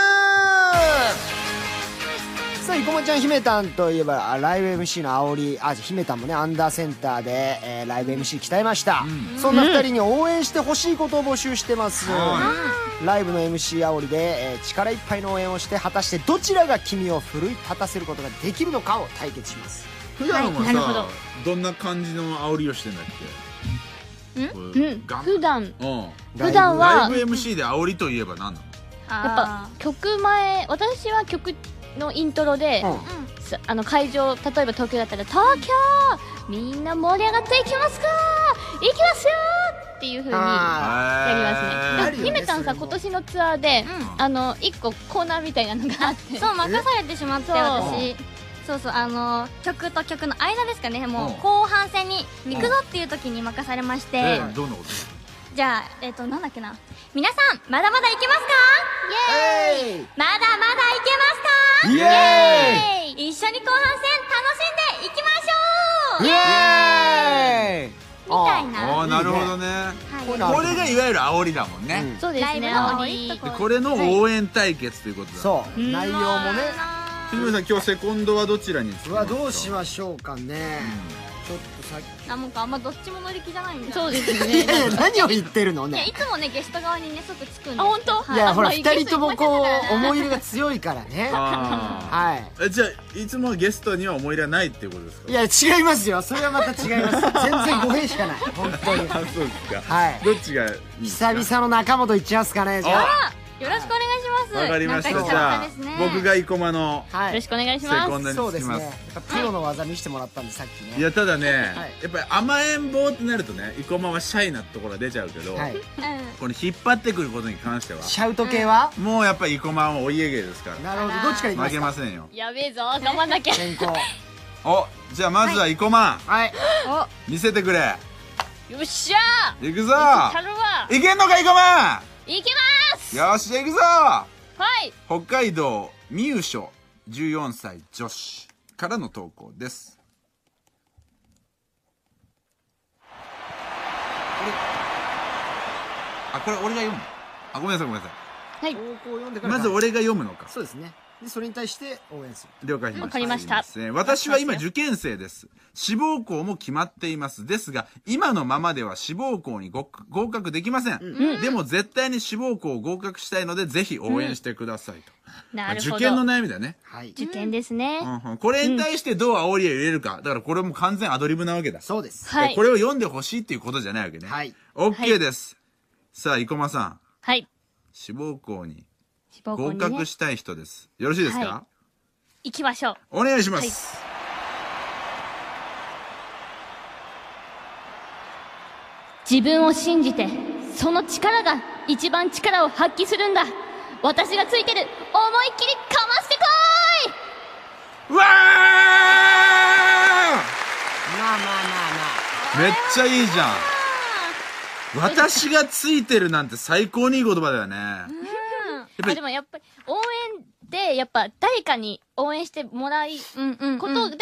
あ、生駒ちゃん、姫たんといえば、あライブ MC の煽り、あ、姫たんもね、アンダーセンターで、えーライブ MC 鍛えました。そんな二人に応援してほしいことを募集してます。ライブの MC 煽りで、えー力いっぱいの応援をして、果たしてどちらが君を奮い立たせることができるのかを対決します。普段ははさ、いなるほどどんな感じの煽りをしてんだっけこううんガン普段うん普段ラはイブ MC で煽りといえば何なのやっぱ曲前私は曲のイントロで、うんさあの会場例えば東京だったら「東京みんな盛り上がっていきますか行きますよ!」っていうふうにやありーますねあるよでね姫たんさそれも今年のツアーで、あの1個コーナーみたいなのがあってそう任されてしまってそう私そうそうあの曲と曲の間ですかねもううん後半戦に行くぞっていう時に任されましてえどんなことじゃあえっとなんだっけな皆さんまだまだ行けますかイエーイまだまだいけますかイエ一緒に後半戦楽しんでいきましょうイーイみたいエーイおーななるほどねこういうのあるこれがいわゆる煽りだもんね、うんそうでライすブね。の煽いいりとこでこれの応援対決ということだ、そう内容もね藤森さん今日セコンドはどちらにうわどうしまましょうかねちょっとさっあもうかあんまどっちも乗り気じゃないんだそうですきね。いや 何を言ってるのいやいねつもねゲスト側にね即つくんであ、本当いやほらあ二いけそう人ともこ思っちゃったう思い入れが強いから ねあはいーえじゃあいつもゲストには思い入れはないっていうことですかいや違いますよそれはまた違います全然語弊しかない 本当にあそうですかはいどっちがいいですか久々の中本いっちゃいますかねじゃああよろしくお願いしますわかりましたなんかじ久々ゃあですね僕が生駒のはよろしくお願いしセまコンす。ドにそうでつきすねますやっぱプロの技見せてもらったんでさっきねいやただね、はいやっぱり甘えん坊ってなるとね生駒はシャイなところは出ちゃうけど、はいこの引っ張ってくることに関してはシャウト系はもうやっぱり生駒はお家芸ですからなるほどどっちからいきま負すけかませんよやべえぞ、頑張ん なきゃ。先行おじゃあまずは生駒、はい見せてくれよっしゃ行くぞーたるわいけんのか生駒いけますよしじゃあ行くぞはい北海道みゆしょ14歳女子からの投稿ですあこれ俺が読むのあごめんなさいごめんなさはい投稿読んでかいらまず俺が読むのかそうですねでそれに対して応援する了解しました。わかりましたすいせん私は今受験生です。志望校も決まっています。ですが、今のままでは志望校にご合格できません。でも絶対に志望校を合格したいので、ぜひ応援してくださいと。まなあるほど。受験の悩みだね。はい受験ですね。うんうんこれに対してどう煽りを入れるか。だからこれも完全アドリブなわけだ。そうですはいこ。れを読んでほしいっていうことじゃないわけね。はい。 OK です。さあ、生駒さん。はい。志望校に志望校合にね格。したい人です。よろしいですか、はい行きましょう。お願いします。自分を信じて、その力が一番力を発揮するんだ。私がついてる。思いっきりかましてこうわーまあまあまめっちゃいいじゃん。私がついてるなんて最高にいい言葉だよね。いあでもやっぱり、応援で、やっぱ誰かに応援してもらい、うんうんうんことで、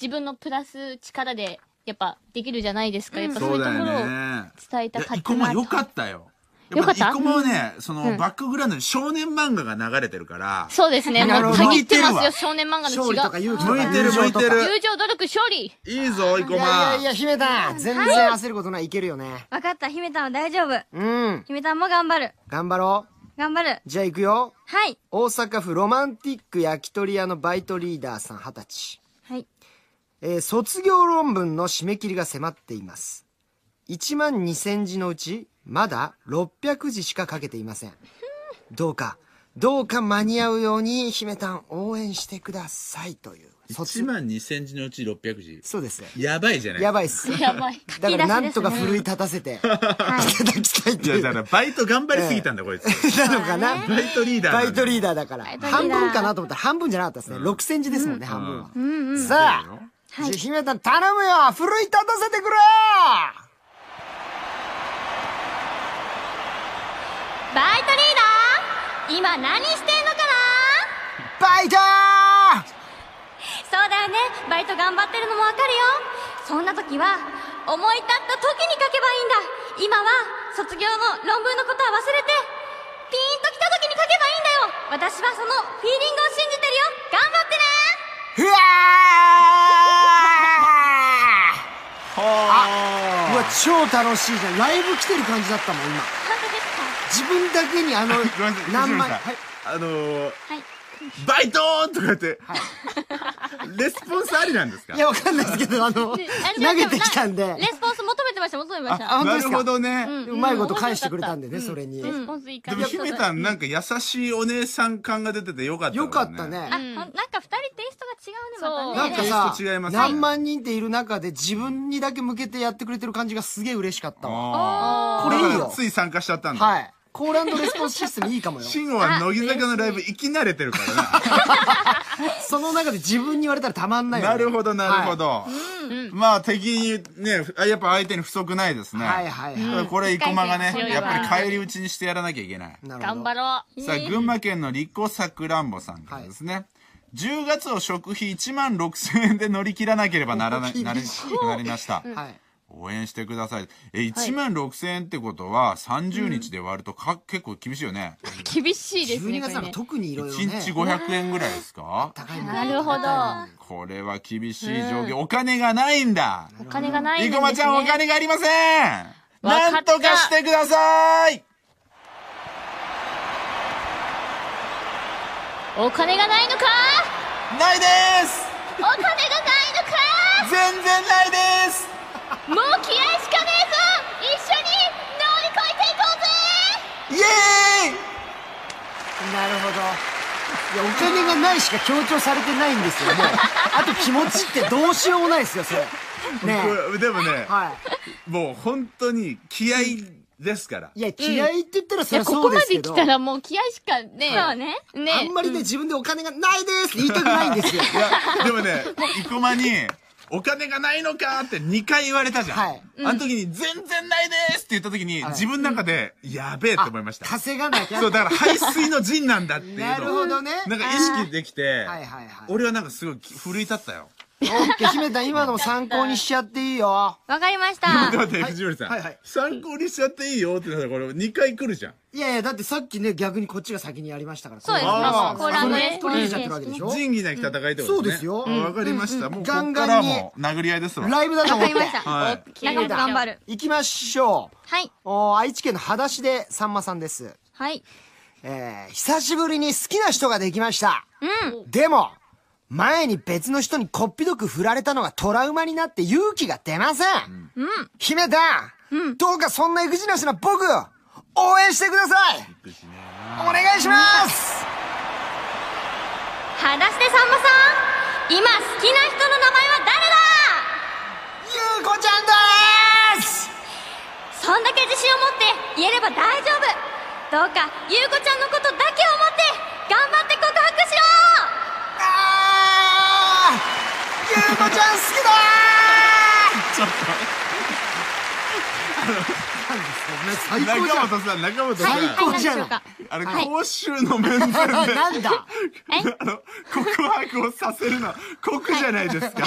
自分のプラス力で、やっぱできるじゃないですか。やっぱそうそいううとだころよをね。伝えたいかや、っイたコなマとよかったよ。よかったやぱイコマはね、その、バックグラウンドに少年漫画が流れてるから、そうですね。なるもうほど限ってます向いてるわよ、少年漫あな画あの勝血利とかが。勇気とか向いてる友情と向いてかる友情、努力、勝利いいぞ、イコいやマいやいや姫た全然焦ることないいけるよね分かった姫たんは大丈夫うん姫たんも頑張る頑張ろう頑張るじゃあ行くよはい大阪府ロマンティック焼き鳥屋のバイトリーダーさん二十歳、はいえー卒業論文の締め切りが迫っています1万2000字のうちまだ600字しか書けていませんどうかどうか間に合うように姫たん応援してくださいという卒1万2千字のうち600字。そうですねやばいじゃないやばばいっすやばい。だからなんとか書き出しですね奮い立たせて いただきたいといや、いだうからバイト頑張りすぎたんだ、こいつ。なのかなバイトリーダー。バイトリーダダーだから。イトリーダ半ー分かなと思ったら半分じゃなかったですね。6センチですもんね、半分は。さあ、じゃあ姫たん頼むよ奮い立たせてくれバイトリーダー今何してんのかなバイトそうだよねバイト頑張ってるのもわかるよそんな時は思い立った時に書けばいいんだ今は卒業の論文のことは忘れてピンときた時に書けばいいんだよ私はそのフィーリングを信じてるよ頑張ってねーうわーうわ、超楽しいじゃん。ライブ来てる感じだったもん、今。自分だけにあ のごめんなさ、い、何藤森さん枚。はいあのー、バイトーとか言って、レスポンスありなんですかいや、わかんないですけ ど、あの、投げてきたんで。レスポンス求めてました、求めてました。あ、本当なでるすほかどね。うまいこと返してくれたんでね、それに。レスポンスいいかでら。も、姫たん、なんか優しいお姉さん感が出ててよかった、よかった。ね。あ、ほんなんか二人テイストが違うねそうまたなんねかテイさス、ト違いますね何万人っている中で自分にだけ向けてやってくれてる感じがすげえ嬉しかったわ。あこーれいいよだからつい参加しちゃったんだ。はい。コーランドレスポンスシステムいい かもよ。慎吾は乃木坂のライブ生き慣れてるからその中で自分に言われたらたまんな。ないよね。なるほど、なるほど。はまあ敵にね、あやっぱ相手に不足ないですね。はいはいたはだこれ、生駒がね一回戦強、いやわっぱり返り討ちにしてやらなきゃいけない。い。なるほ頑ど。張ろう。さあ、群馬県のリコさくらんぼさんからですね。10月を食費1万6000円で乗り切らなければならな厳しい、いなり、なりました。はい。応援してください。え、1万6000円ってことは、30日で割るとか、結構厳しいよね。厳しいです12ね。これ月なんかね特にいろいろ1ね。日500円ぐらいですか高いもんなるほど。これは厳しい状況。お金がないんだ。お金がないんで生す駒ね。ちゃん、お金がありませんわかったなんとかしてくださいお金がないのかないですお金がないのか全然ないですもう気合いしかねえぞ一緒に乗り越えていこうぜイエーイなるほど。いや、お金がないしか強調されてないんですよ、もう。あと気持ちってどうしようもないですよ、それ。ねえ。これでもね、はもう本当に気合ですからい。い。や、気合いって言ったらそいりや、ゃこそこうでますでけ来ど。たらもう気合いしかね。そうね。ねあんまりね、自分でお金がないですって言いたくないんですよ。いや、でもね、 生駒に、お金がないのかって2回言われたじゃん。はいあの時に、全然ないですって言った時に、い自分の中で、やべえって 思いました。稼がなきゃ。そう、だから排水の陣なんだっていうのを。なるほどね。なんか意識できて、はいはいはい。俺はなんかすごい奮い立ったよ。オッケー、姫田、今のも参考にしちゃっていいよ。わかりま待しったて。待って、藤森さん、はいはい参考にしちゃっていいよってなったら、これ2回来るじゃん。いやいや、だってさっきね、逆にこっちが先にやりましたから。そうですねあーこれこれはね取り入れちゃってるわけでしょ仁義なき戦いってことね。そうですよあわかりました。もうこガンっガかンらはにもう殴り合いですわ。ライブだと思わっかりて。ました。はい。中本頑張る。行きましょう。はい。お愛知県の裸足でさんまさんです。はい。えー、久しぶりに好きな人ができました。でも、前に別の人にこっぴどく振られたのがトラウマになって勇気が出ません。姫田、どうかそんな育児なしな僕、応援してくださいお願いしますはだしてさんまさん今好きな人の名前は誰だゆうこちゃんですそんだけ自信を持って言えれば大丈夫どうかゆうこちゃんのことだけを思って頑張って告白しろあーゆうこちゃん好きだちょっと。なんですか中本さん、中本さん。最高じゃん。最高じゃない。あれ、公衆の面前で、 なんだ あの、告白をさせるの、酷じゃないですか。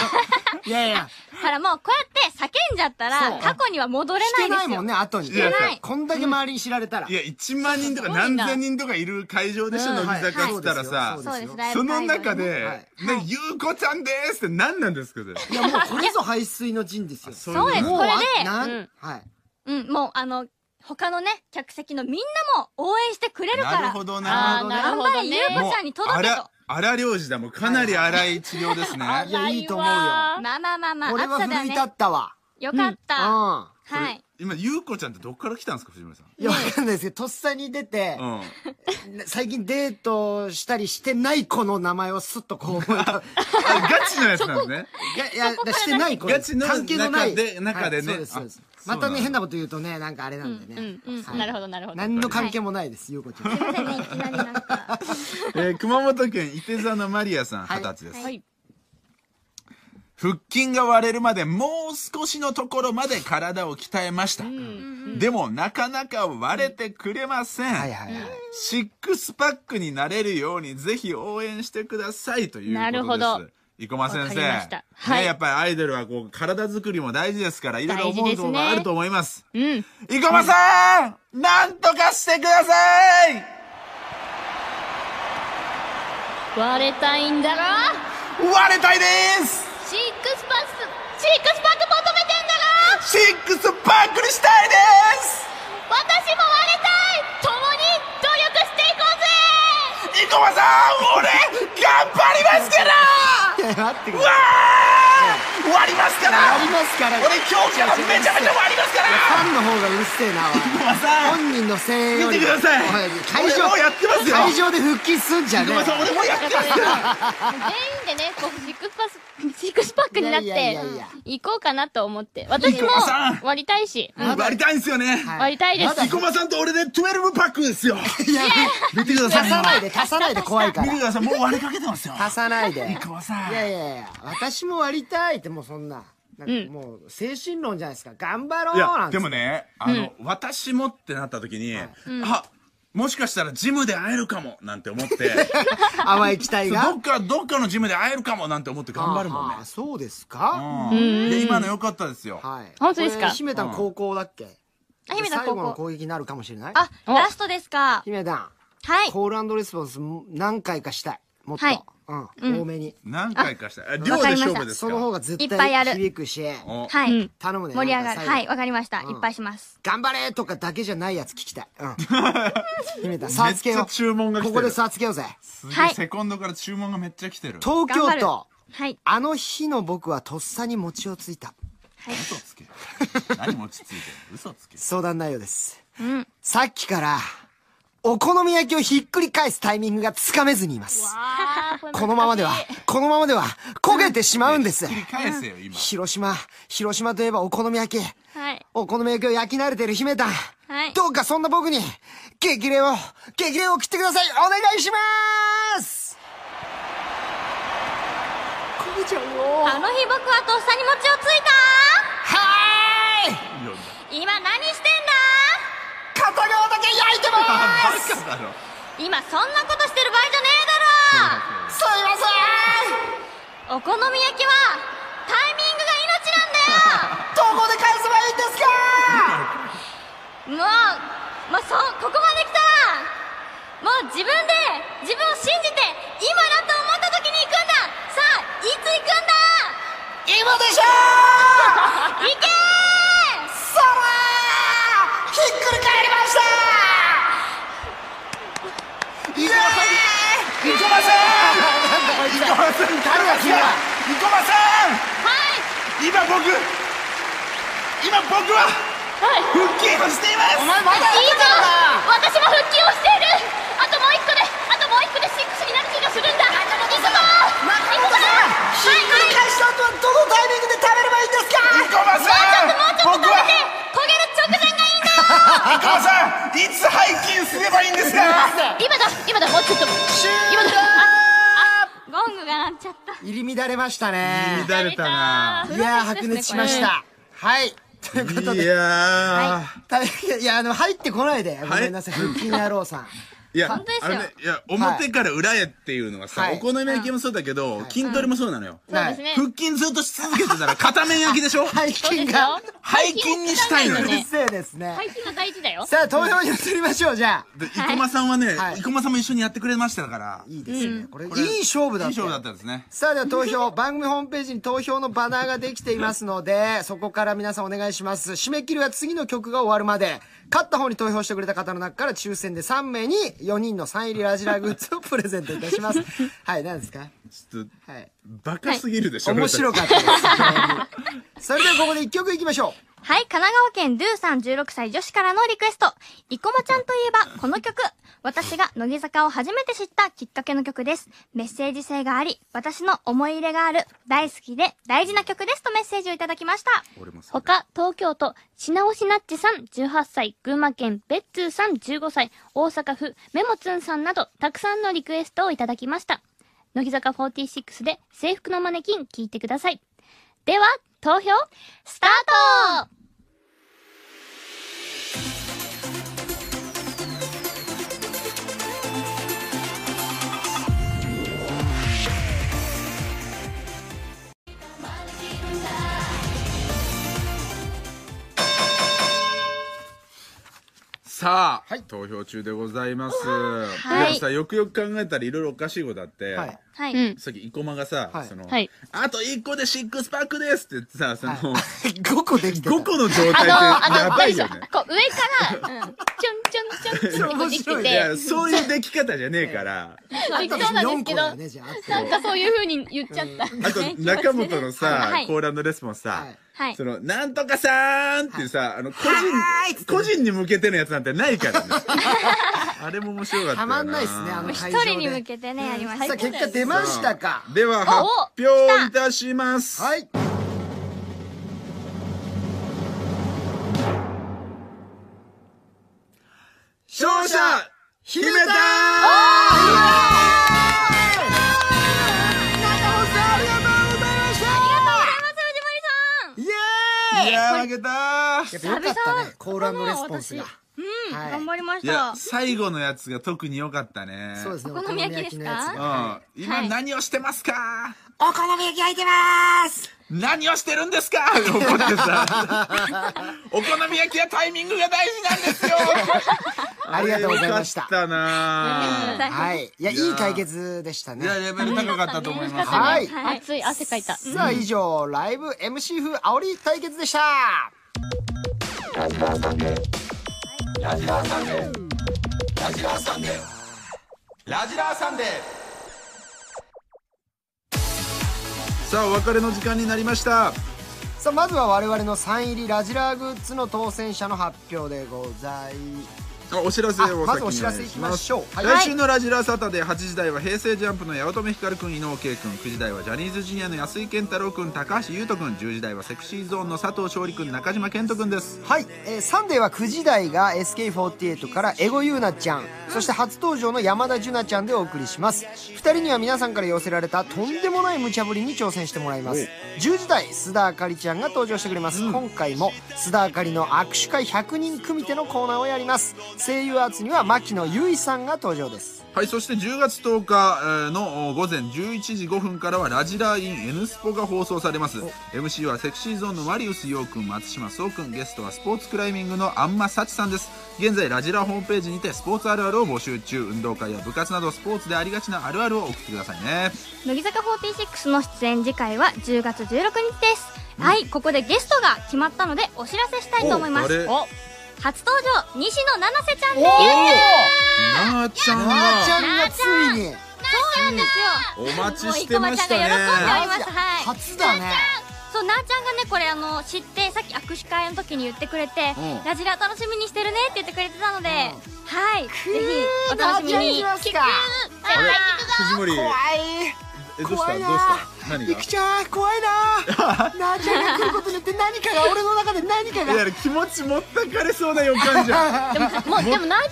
いやいや、ほらもうこうやって叫んじゃったそらう過去には戻れしなていでないすもよんね、後に。してないこんだけ周りに知られたら。 いや、1万人とかすごい何な千人とかいる会場でしょ、うん乃木坂っつったらはいさそう。そうですラライブその中会場ねで、ね、ゆうこちゃんですって何なんです かそれいや、もうこれぞ排水の陣ですよ。そそうですももうこれあでなんうんはい。うんもうあの他のね客席のみんなも応援してくれるかなるらほどあな。あ、もなるほ頑張どれね。ゆうこちゃんにう、届けと荒漁師だ。もうかなり荒い治療ですね。いや、いいと思うよ。まあまあまあまあ俺は暑さだ奮いね立ったわ。よかっうん。た、いはい今、ゆうこちゃんってどっから来たんですか、藤森さん。や、わかんないですけど、とっさに出て、うん。最近デートしたりしてない子の名前をスッとこう思いた。あガチなやつなんね。いや、いや、してない子。ガチの関係のない。中で中でねはいそうです、そうですあ。まそうなんたね、だ変なこと言うとね、なんかあれなんでね。うんはいなるほど、なるほど。何の関係もないです、ゆうこちゃん。すいませんねいきなりなんかえー熊本県伊手座のマリアさん、二十歳です。はい。腹筋が割れるまでもう少しのところまで体を鍛えました。でもなかなか割れてくれません。はいはいはい。シックスパックになれるようにぜひ応援してくださいということです。なるほど生駒先わか生。りましたはいね、やっぱりアイドルはこう体作りも大事ですから、いろいろ大事思でうすねことがあると思います。うん。生駒さん、なんとかしてください割れたいんだろ割れたいですシックスパック、シックスパック求めてんシックだろスパックにしたいです私も割れたい共に努力していこうぜ生駒さん俺頑張りますからいや 待ってくだうわさい。ー終わりますからありますから。俺今日からめちゃめちゃ終わりますかフらァンの方がうるせえな、おい生駒さん本人の声援より。見てくださいお会俺場、もうやってますよ会場で復帰すんじゃね生駒さん俺もうやってますから全員でね、こう、シックスパス、シックスパックになっいやいてやいやいや、行こうかなと思って。私生も駒さん割りたいし、うん割りたいんですよねえ。割りたいです。生駒さんと俺で12パックですよいや、見てくだ足さなさいいで、足さないで怖いか見てら。くださいもう割れかけてますよ足さないで。生駒さんいやいやいや、私も割りたいってもうそんな。なんかもう精神論じゃないですか頑張ろういなやんてでもねあの、私もってなった時に、あもしかしたらジムで会えるかもなんて思って淡い期待がどっかどっかのジムで会えるかもなんて思って頑張るもんねああそうですか、うんで今の良かったですよはい本当ですかこれ姫たん高校だっけ、あ姫田最後の高校。攻撃になるかもしれないあ、ラストですか。姫たんはい。コールレスポンス何回かしたいもっと、はいうん、多めに、何回かしたいあ量わでかりました勝負ですそかの方が絶いっぱいや対る響くしおはういん。頼むね盛り上がる。なんか最後はい、わかりました。うんいっぱいします。頑張れとかだけじゃないやつ聞きたい、 うん、姫たん差めをっつけちよゃう注文が来てこるこで差をつけようぜすげえセコンドから注文がめっちゃ来てる東京都はい。あの日の僕はとっさに餅をついた嘘つけ何もちついてる嘘つけ相談内容です、さっきからお好み焼きをひっくり返すタイミングがつかめずにいますこのままではこのままでは焦げてしまうんです切り返せよ今広島広島といえばお好み焼きはい。お好み焼きを焼き慣れてる姫たん、はいどうかそんな僕に激励を激励を切ってくださいお願いします焦げちゃうよあの日僕はとっさに餅をついはーい読んだた今何してん片側だけ焼いてますバカだろだ今そんなことしてる場合じゃねすいませえんだろお好み焼きはタイミングがどこで返せばいいんですか命 なんだよもう、もうそう、ここまで来たらもう自分で自分を信じて今だと思った時に行くんださあ、いつ行くんだ 今でしょ行けーそらーひっくり返りましたいけいけません生駒さん誰が決めた生駒さんはい今僕今僕は腹筋をしていますお前まだやってたのか私も復帰をしているあともう一個で、あともう一個でシックスになる気がするんだ行くぞ中本さんひっくり返した後はどのタイミングで食べればいいんですか生駒さん僕は焦げる直前がいいんだ生駒さんいつ背筋すればいいんですか今だ今だもうちょっと今だゴングが鳴っちゃった入り乱れましたね乱れたないやー白熱しましたはいということいでや大変いやあの入ってこないでごめんなさい腹筋野郎さんーいや本当ですよあのねいや表から裏へっていうのはさはいお好み焼きもそうだけど筋トレもそうなのよ そうですね腹筋ずっとし続けてたら片面焼きでしょ背筋が背筋にしたいのようるせえですね最近が大事だよ。さあ投票に移りましょうじゃあで生駒さんはねはい生駒さんも一緒にやってくれましたからいいいですねこれいこれい勝負いだった勝よ負だったんですねさあでは投票番組ホームページに投票のバナーができていますのでそこから皆さんお願いします締め切りは次の曲が終わるまで勝った方に投票してくれた方の中から抽選で3名に4人のサイン入りラジラグッズをプレゼントいたしますはい何ですかちょっとはいバカすぎるでしょ面白かったです非常にそれではここで1曲いきましょはい、神奈川県ドゥさん16歳女子からのリクエスト。生駒ちゃんといえばこの曲。私が乃木坂を初めて知ったきっかけの曲です。メッセージ性があり、私の思い入れがある、大好きで大事な曲ですとメッセージをいただきました。俺もそう他、東京都、しなおしなっちさん、18歳、群馬県、べっつーさん、15歳、大阪府、メモツンさんなど、たくさんのリクエストをいただきました。乃木坂46で、制服のマネキン、聞いてください。では、投票、スタートさあ、はい投票中でございます、でもさよくよく考えたらいろいろおかしいことあって、うはいはい。うん。さっき生駒がさ、はいそのはいあと1個でシックスパックです」って言ってさその、 5個できてた5個の状態ってあの、やあの、ば大い丈よ夫ね。こう、上から、うん。ちょんちょんちょんってこうできて面白いいやて、そういう出来方じゃねえから、そうできそうなんです4個けだどよ、ねじゃあなんかそういう風に言っちゃった。あと中本のさ、はいコーランドレスポンスさ、はいはいその「なんとかさーん」っていうさ、あの個人、はい個人に向けてのやつなんてない からねあれも面白かったたよまんないですねあの一会場で人に向けてね、やりましさたあ。結果出ましたかでは発表いたしますはい勝者姫姫たたありがとうございます藤森さんげたやっぱよかったね。コールレスポンスが。うん、はい頑張りましいやた。最後のやつが特に良かったねそうですね。お好み焼きですかお好みやつうんがはい今何をしてますか、お好み焼き焼いてます何をしてるんですかって怒ってさ お好み焼きはタイミングが大事なんですよ ありがとうございましたよかったなぁはい。いや、いい解決でしたいね。やレベル高かったと思いますよはい。熱い汗かいた。さあ、以上、ライブ MC 風煽り対決でした。ラジラーサンデーさあお別れの時間になりましたさあ、まずは我々のサイン入りラジラーグッズの当選者の発表でございあお知らせあをま先ずにお知らせいきましょう。はい。来週のラジラーサタデー8時台は平成ジャンプの八乙女光くん、井上圭くん、9時台はジャニーズジュニアの安井健太郎くん、高橋優斗くん、10時台はセクシーゾーンの佐藤勝利くん、中島健人くんです。はい、えーサンデーは9時台が SK48 からエゴユーナちゃん、そして初登場の山田樹奈ちゃんでお送りします。2人には皆さんから寄せられたとんでもない無茶ぶりに挑戦してもらいます。10時台、須田あかりちゃんが登場してくれます。今回も須田あかりの握手会100人組手のコーナーをやります。声優アーツには牧野由依さんが登場です。はい、そして10月10日えーのお午前11時5分からはラジラーイン N スポが放送されます。MC はセクシーゾーンのマリウス陽くん、松島壮くん、ゲストはスポーツクライミングのあんまさちさんです。現在ラジラーホームページにてスポーツあるあるを募集中、運動会や部活などスポーツでありがちなあるあるを送ってくださいね。乃木坂46の出演次回は10月16日です。はい、ここでゲストが決まったのでお知らせしたいと思いまお誰す。お初登場、西野七瀬ちゃんです。なあちゃんなあちがゃんがついに、そうなんですお待ちよ。もうし生てま駒ちゃしんたねが喜んでおります。はい。初だね。そう、なーちゃんがね、これあの、知って、さっき握手会の時に言ってくれてうん、ラジラ楽しみにしてるねって言ってくれてたので、はい、ぜひ、お楽しみに。なあちゃん行きますか藤森怖い。えどうし怖たいどなうした何ゆがきちゃん怖 いななあちゃんが来ることによって何かが俺の中で何かいがや気持ち持ってかれそうな予感じゃん でも、もう、でも、なーちゃんはいは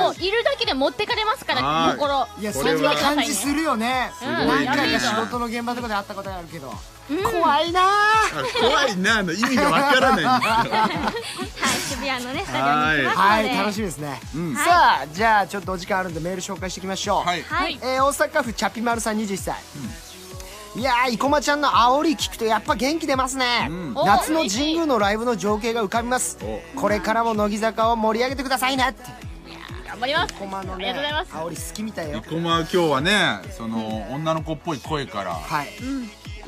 ね、もういるだけで持ってかれますからは、い心。いやこそれはんな感じするよねごいね何回か仕事の現場とかで会ったことあるけど怖いなあ怖いなの意味がわからないん ですよはい、渋谷のね、スタジオに行きますはので。い楽しみですねんさあじゃあちょっとお時間あるんでメール紹介していきましょうはいはい。えー大阪府チャピマルさん21歳、いやー生駒ちゃんの煽り聞くとやっぱ元気出ますね、ん夏の神宮のライブの情景が浮かびますおこれからも乃木坂を盛り上げてくださいねって頑張ります。生駒のありねがとうございます。煽り好きみたいよ生駒は今日はねその女の子っぽい声からはい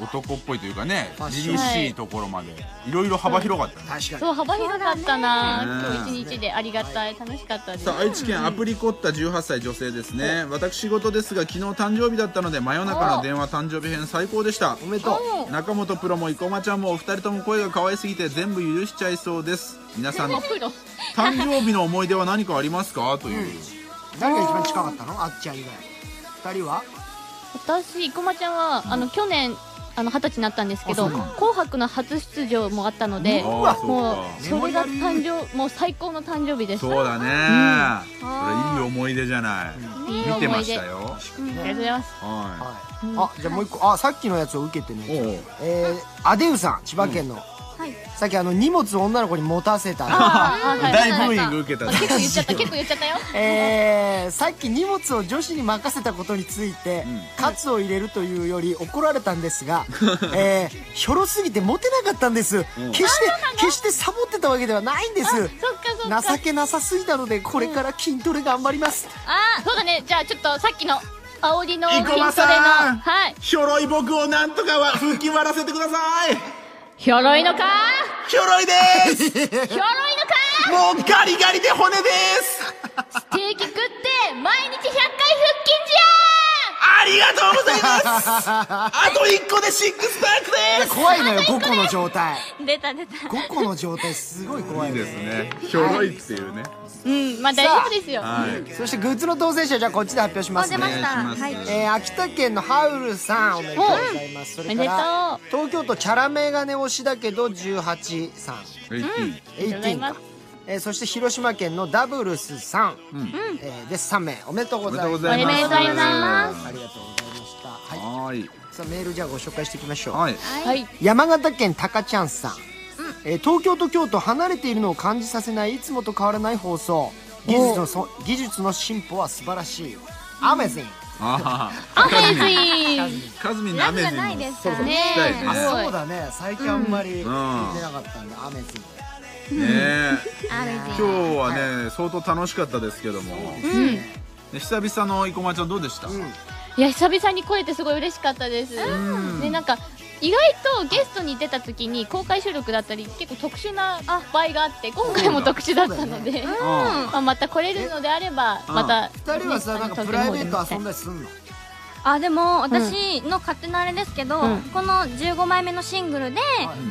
男っぽいというかねァッシ凛ョン々しいところまでいろいろ幅広かったね確かにそう、幅広かったなそうだ今ね日一日でありがたい。楽しかったですさ。あ愛知県アプリコッタ18歳女性ですね私事ですが昨日誕生日だったので真夜中の電話誕生日編最高でしたおめでとう中本プロも生駒ちゃんもお二人とも声が可愛すぎて全部許しちゃいそうです皆さんの誕生日の思い出は何かありますかという、誰が一番近かったのあっちゃん以外二人は私、生駒ちゃんは、あの、去年、あの、二十歳になったんですけど、あそうか紅白の初出場もあったので、ああそうもかう、それが誕生、もう最高の誕生日です。そうだね、これいい思い出じゃない、いい見思てい出ましたよ、うんありがとうございます。ははい、あじゃあもう一個あさっきのやつを受けていおねうえー、アデウさん千葉県の、さっきあの荷物を女の子に持たせたあーはい大ブーイング受けたね結構言っち ゃった、結構言っちゃったよ。えー、さっき荷物を女子に任せたことについて、カツを入れるというより怒られたんですが、えー、ひょろすぎて持てなかったんです決して決してサボってたわけではないんですそっかそっか。情けなさすぎたのでこれから筋トレ頑張ります、あーそうだね。じゃあちょっとさっきの、煽りの筋生トレの、駒さんはい。ひょろい僕をなんとかは腹筋割らせてくださいひょろいのかひょろいでー すひょろいのかもうガリガリで骨ですステーキ食って、毎日100回腹筋じありがとうございますあと1個でシックスパックです怖いのよ5個の状態出た出た。 5個の状態すごい怖いいいねですねひょろいっていうねゃーうん、まあ大丈夫ですよ。はいそしてグッズの当選者じゃあこっちで発表します出ねました。お願いしますはい。えー秋田県のハウルさんおめでとうございます、それから東京都チャラメガネ推しだけど18さん18 18か、えーそして広島県のダブルスさん、えーです3名おめでとうごおめでざというまごすざいますおめでとうございまありがとうございました、はい、はいさあメールじゃあご紹介していきましょう、はいはい。山形県たかちゃんさん、えー東京と京都離れているのを感じさせないいつもと変わらない放送技術のそ技術の進歩は素晴らしい Amazing あアメイジングあカズミンのアメージングラブがないですかそうらそう聞ねきたいねあそうだね最近あんまりうん聞いてなかったんで Amazing ねえある今日はね、相当楽しかったですけども、うんね久々の生駒ちゃんどうでした、うんいや久々に来れてすごい嬉しかったです、んねなんか意外とゲストに出た時に公開収録だったり結構特殊な場合があって今回も特殊だったので、あまあ、また来れるのであればうんまた2人はさなんかプライベート遊んだりすんのあでも私の勝手なあれですけど、うんこの15枚目のシングルで、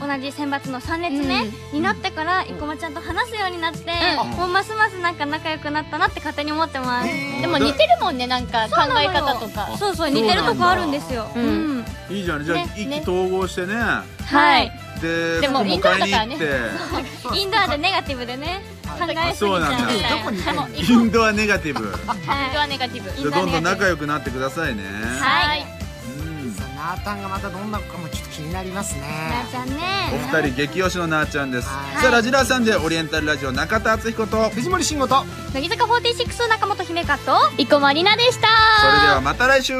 同じ選抜の3列目うんになってから、生駒ちゃんと話すようになって、んもうますますなんか仲良くなったなって勝手に思ってます、ーでも似てるもんねなんか考え方とかそうそう似てるとこあるんですよ、そうなんだうんいいじゃんじゃあ、ね一ね気統合してねはいででも服も買いに行ってインドアインドアでネガティブでね考えすぎちそうなんゃうだみたいどこなにいてんのイ ンドアネガティブ人はネガティブじゃあどんどん仲良くなってくださいねはいうんさあナータンがまたどんな子かもちょっと気になりますねなあちゃんねお二人激推しのなあちゃんですはいさあラジラーさんでオリエンタルラジオ中田敦彦とそれで藤森慎吾と乃木坂46中本姫香と生駒里奈でしたはまた来週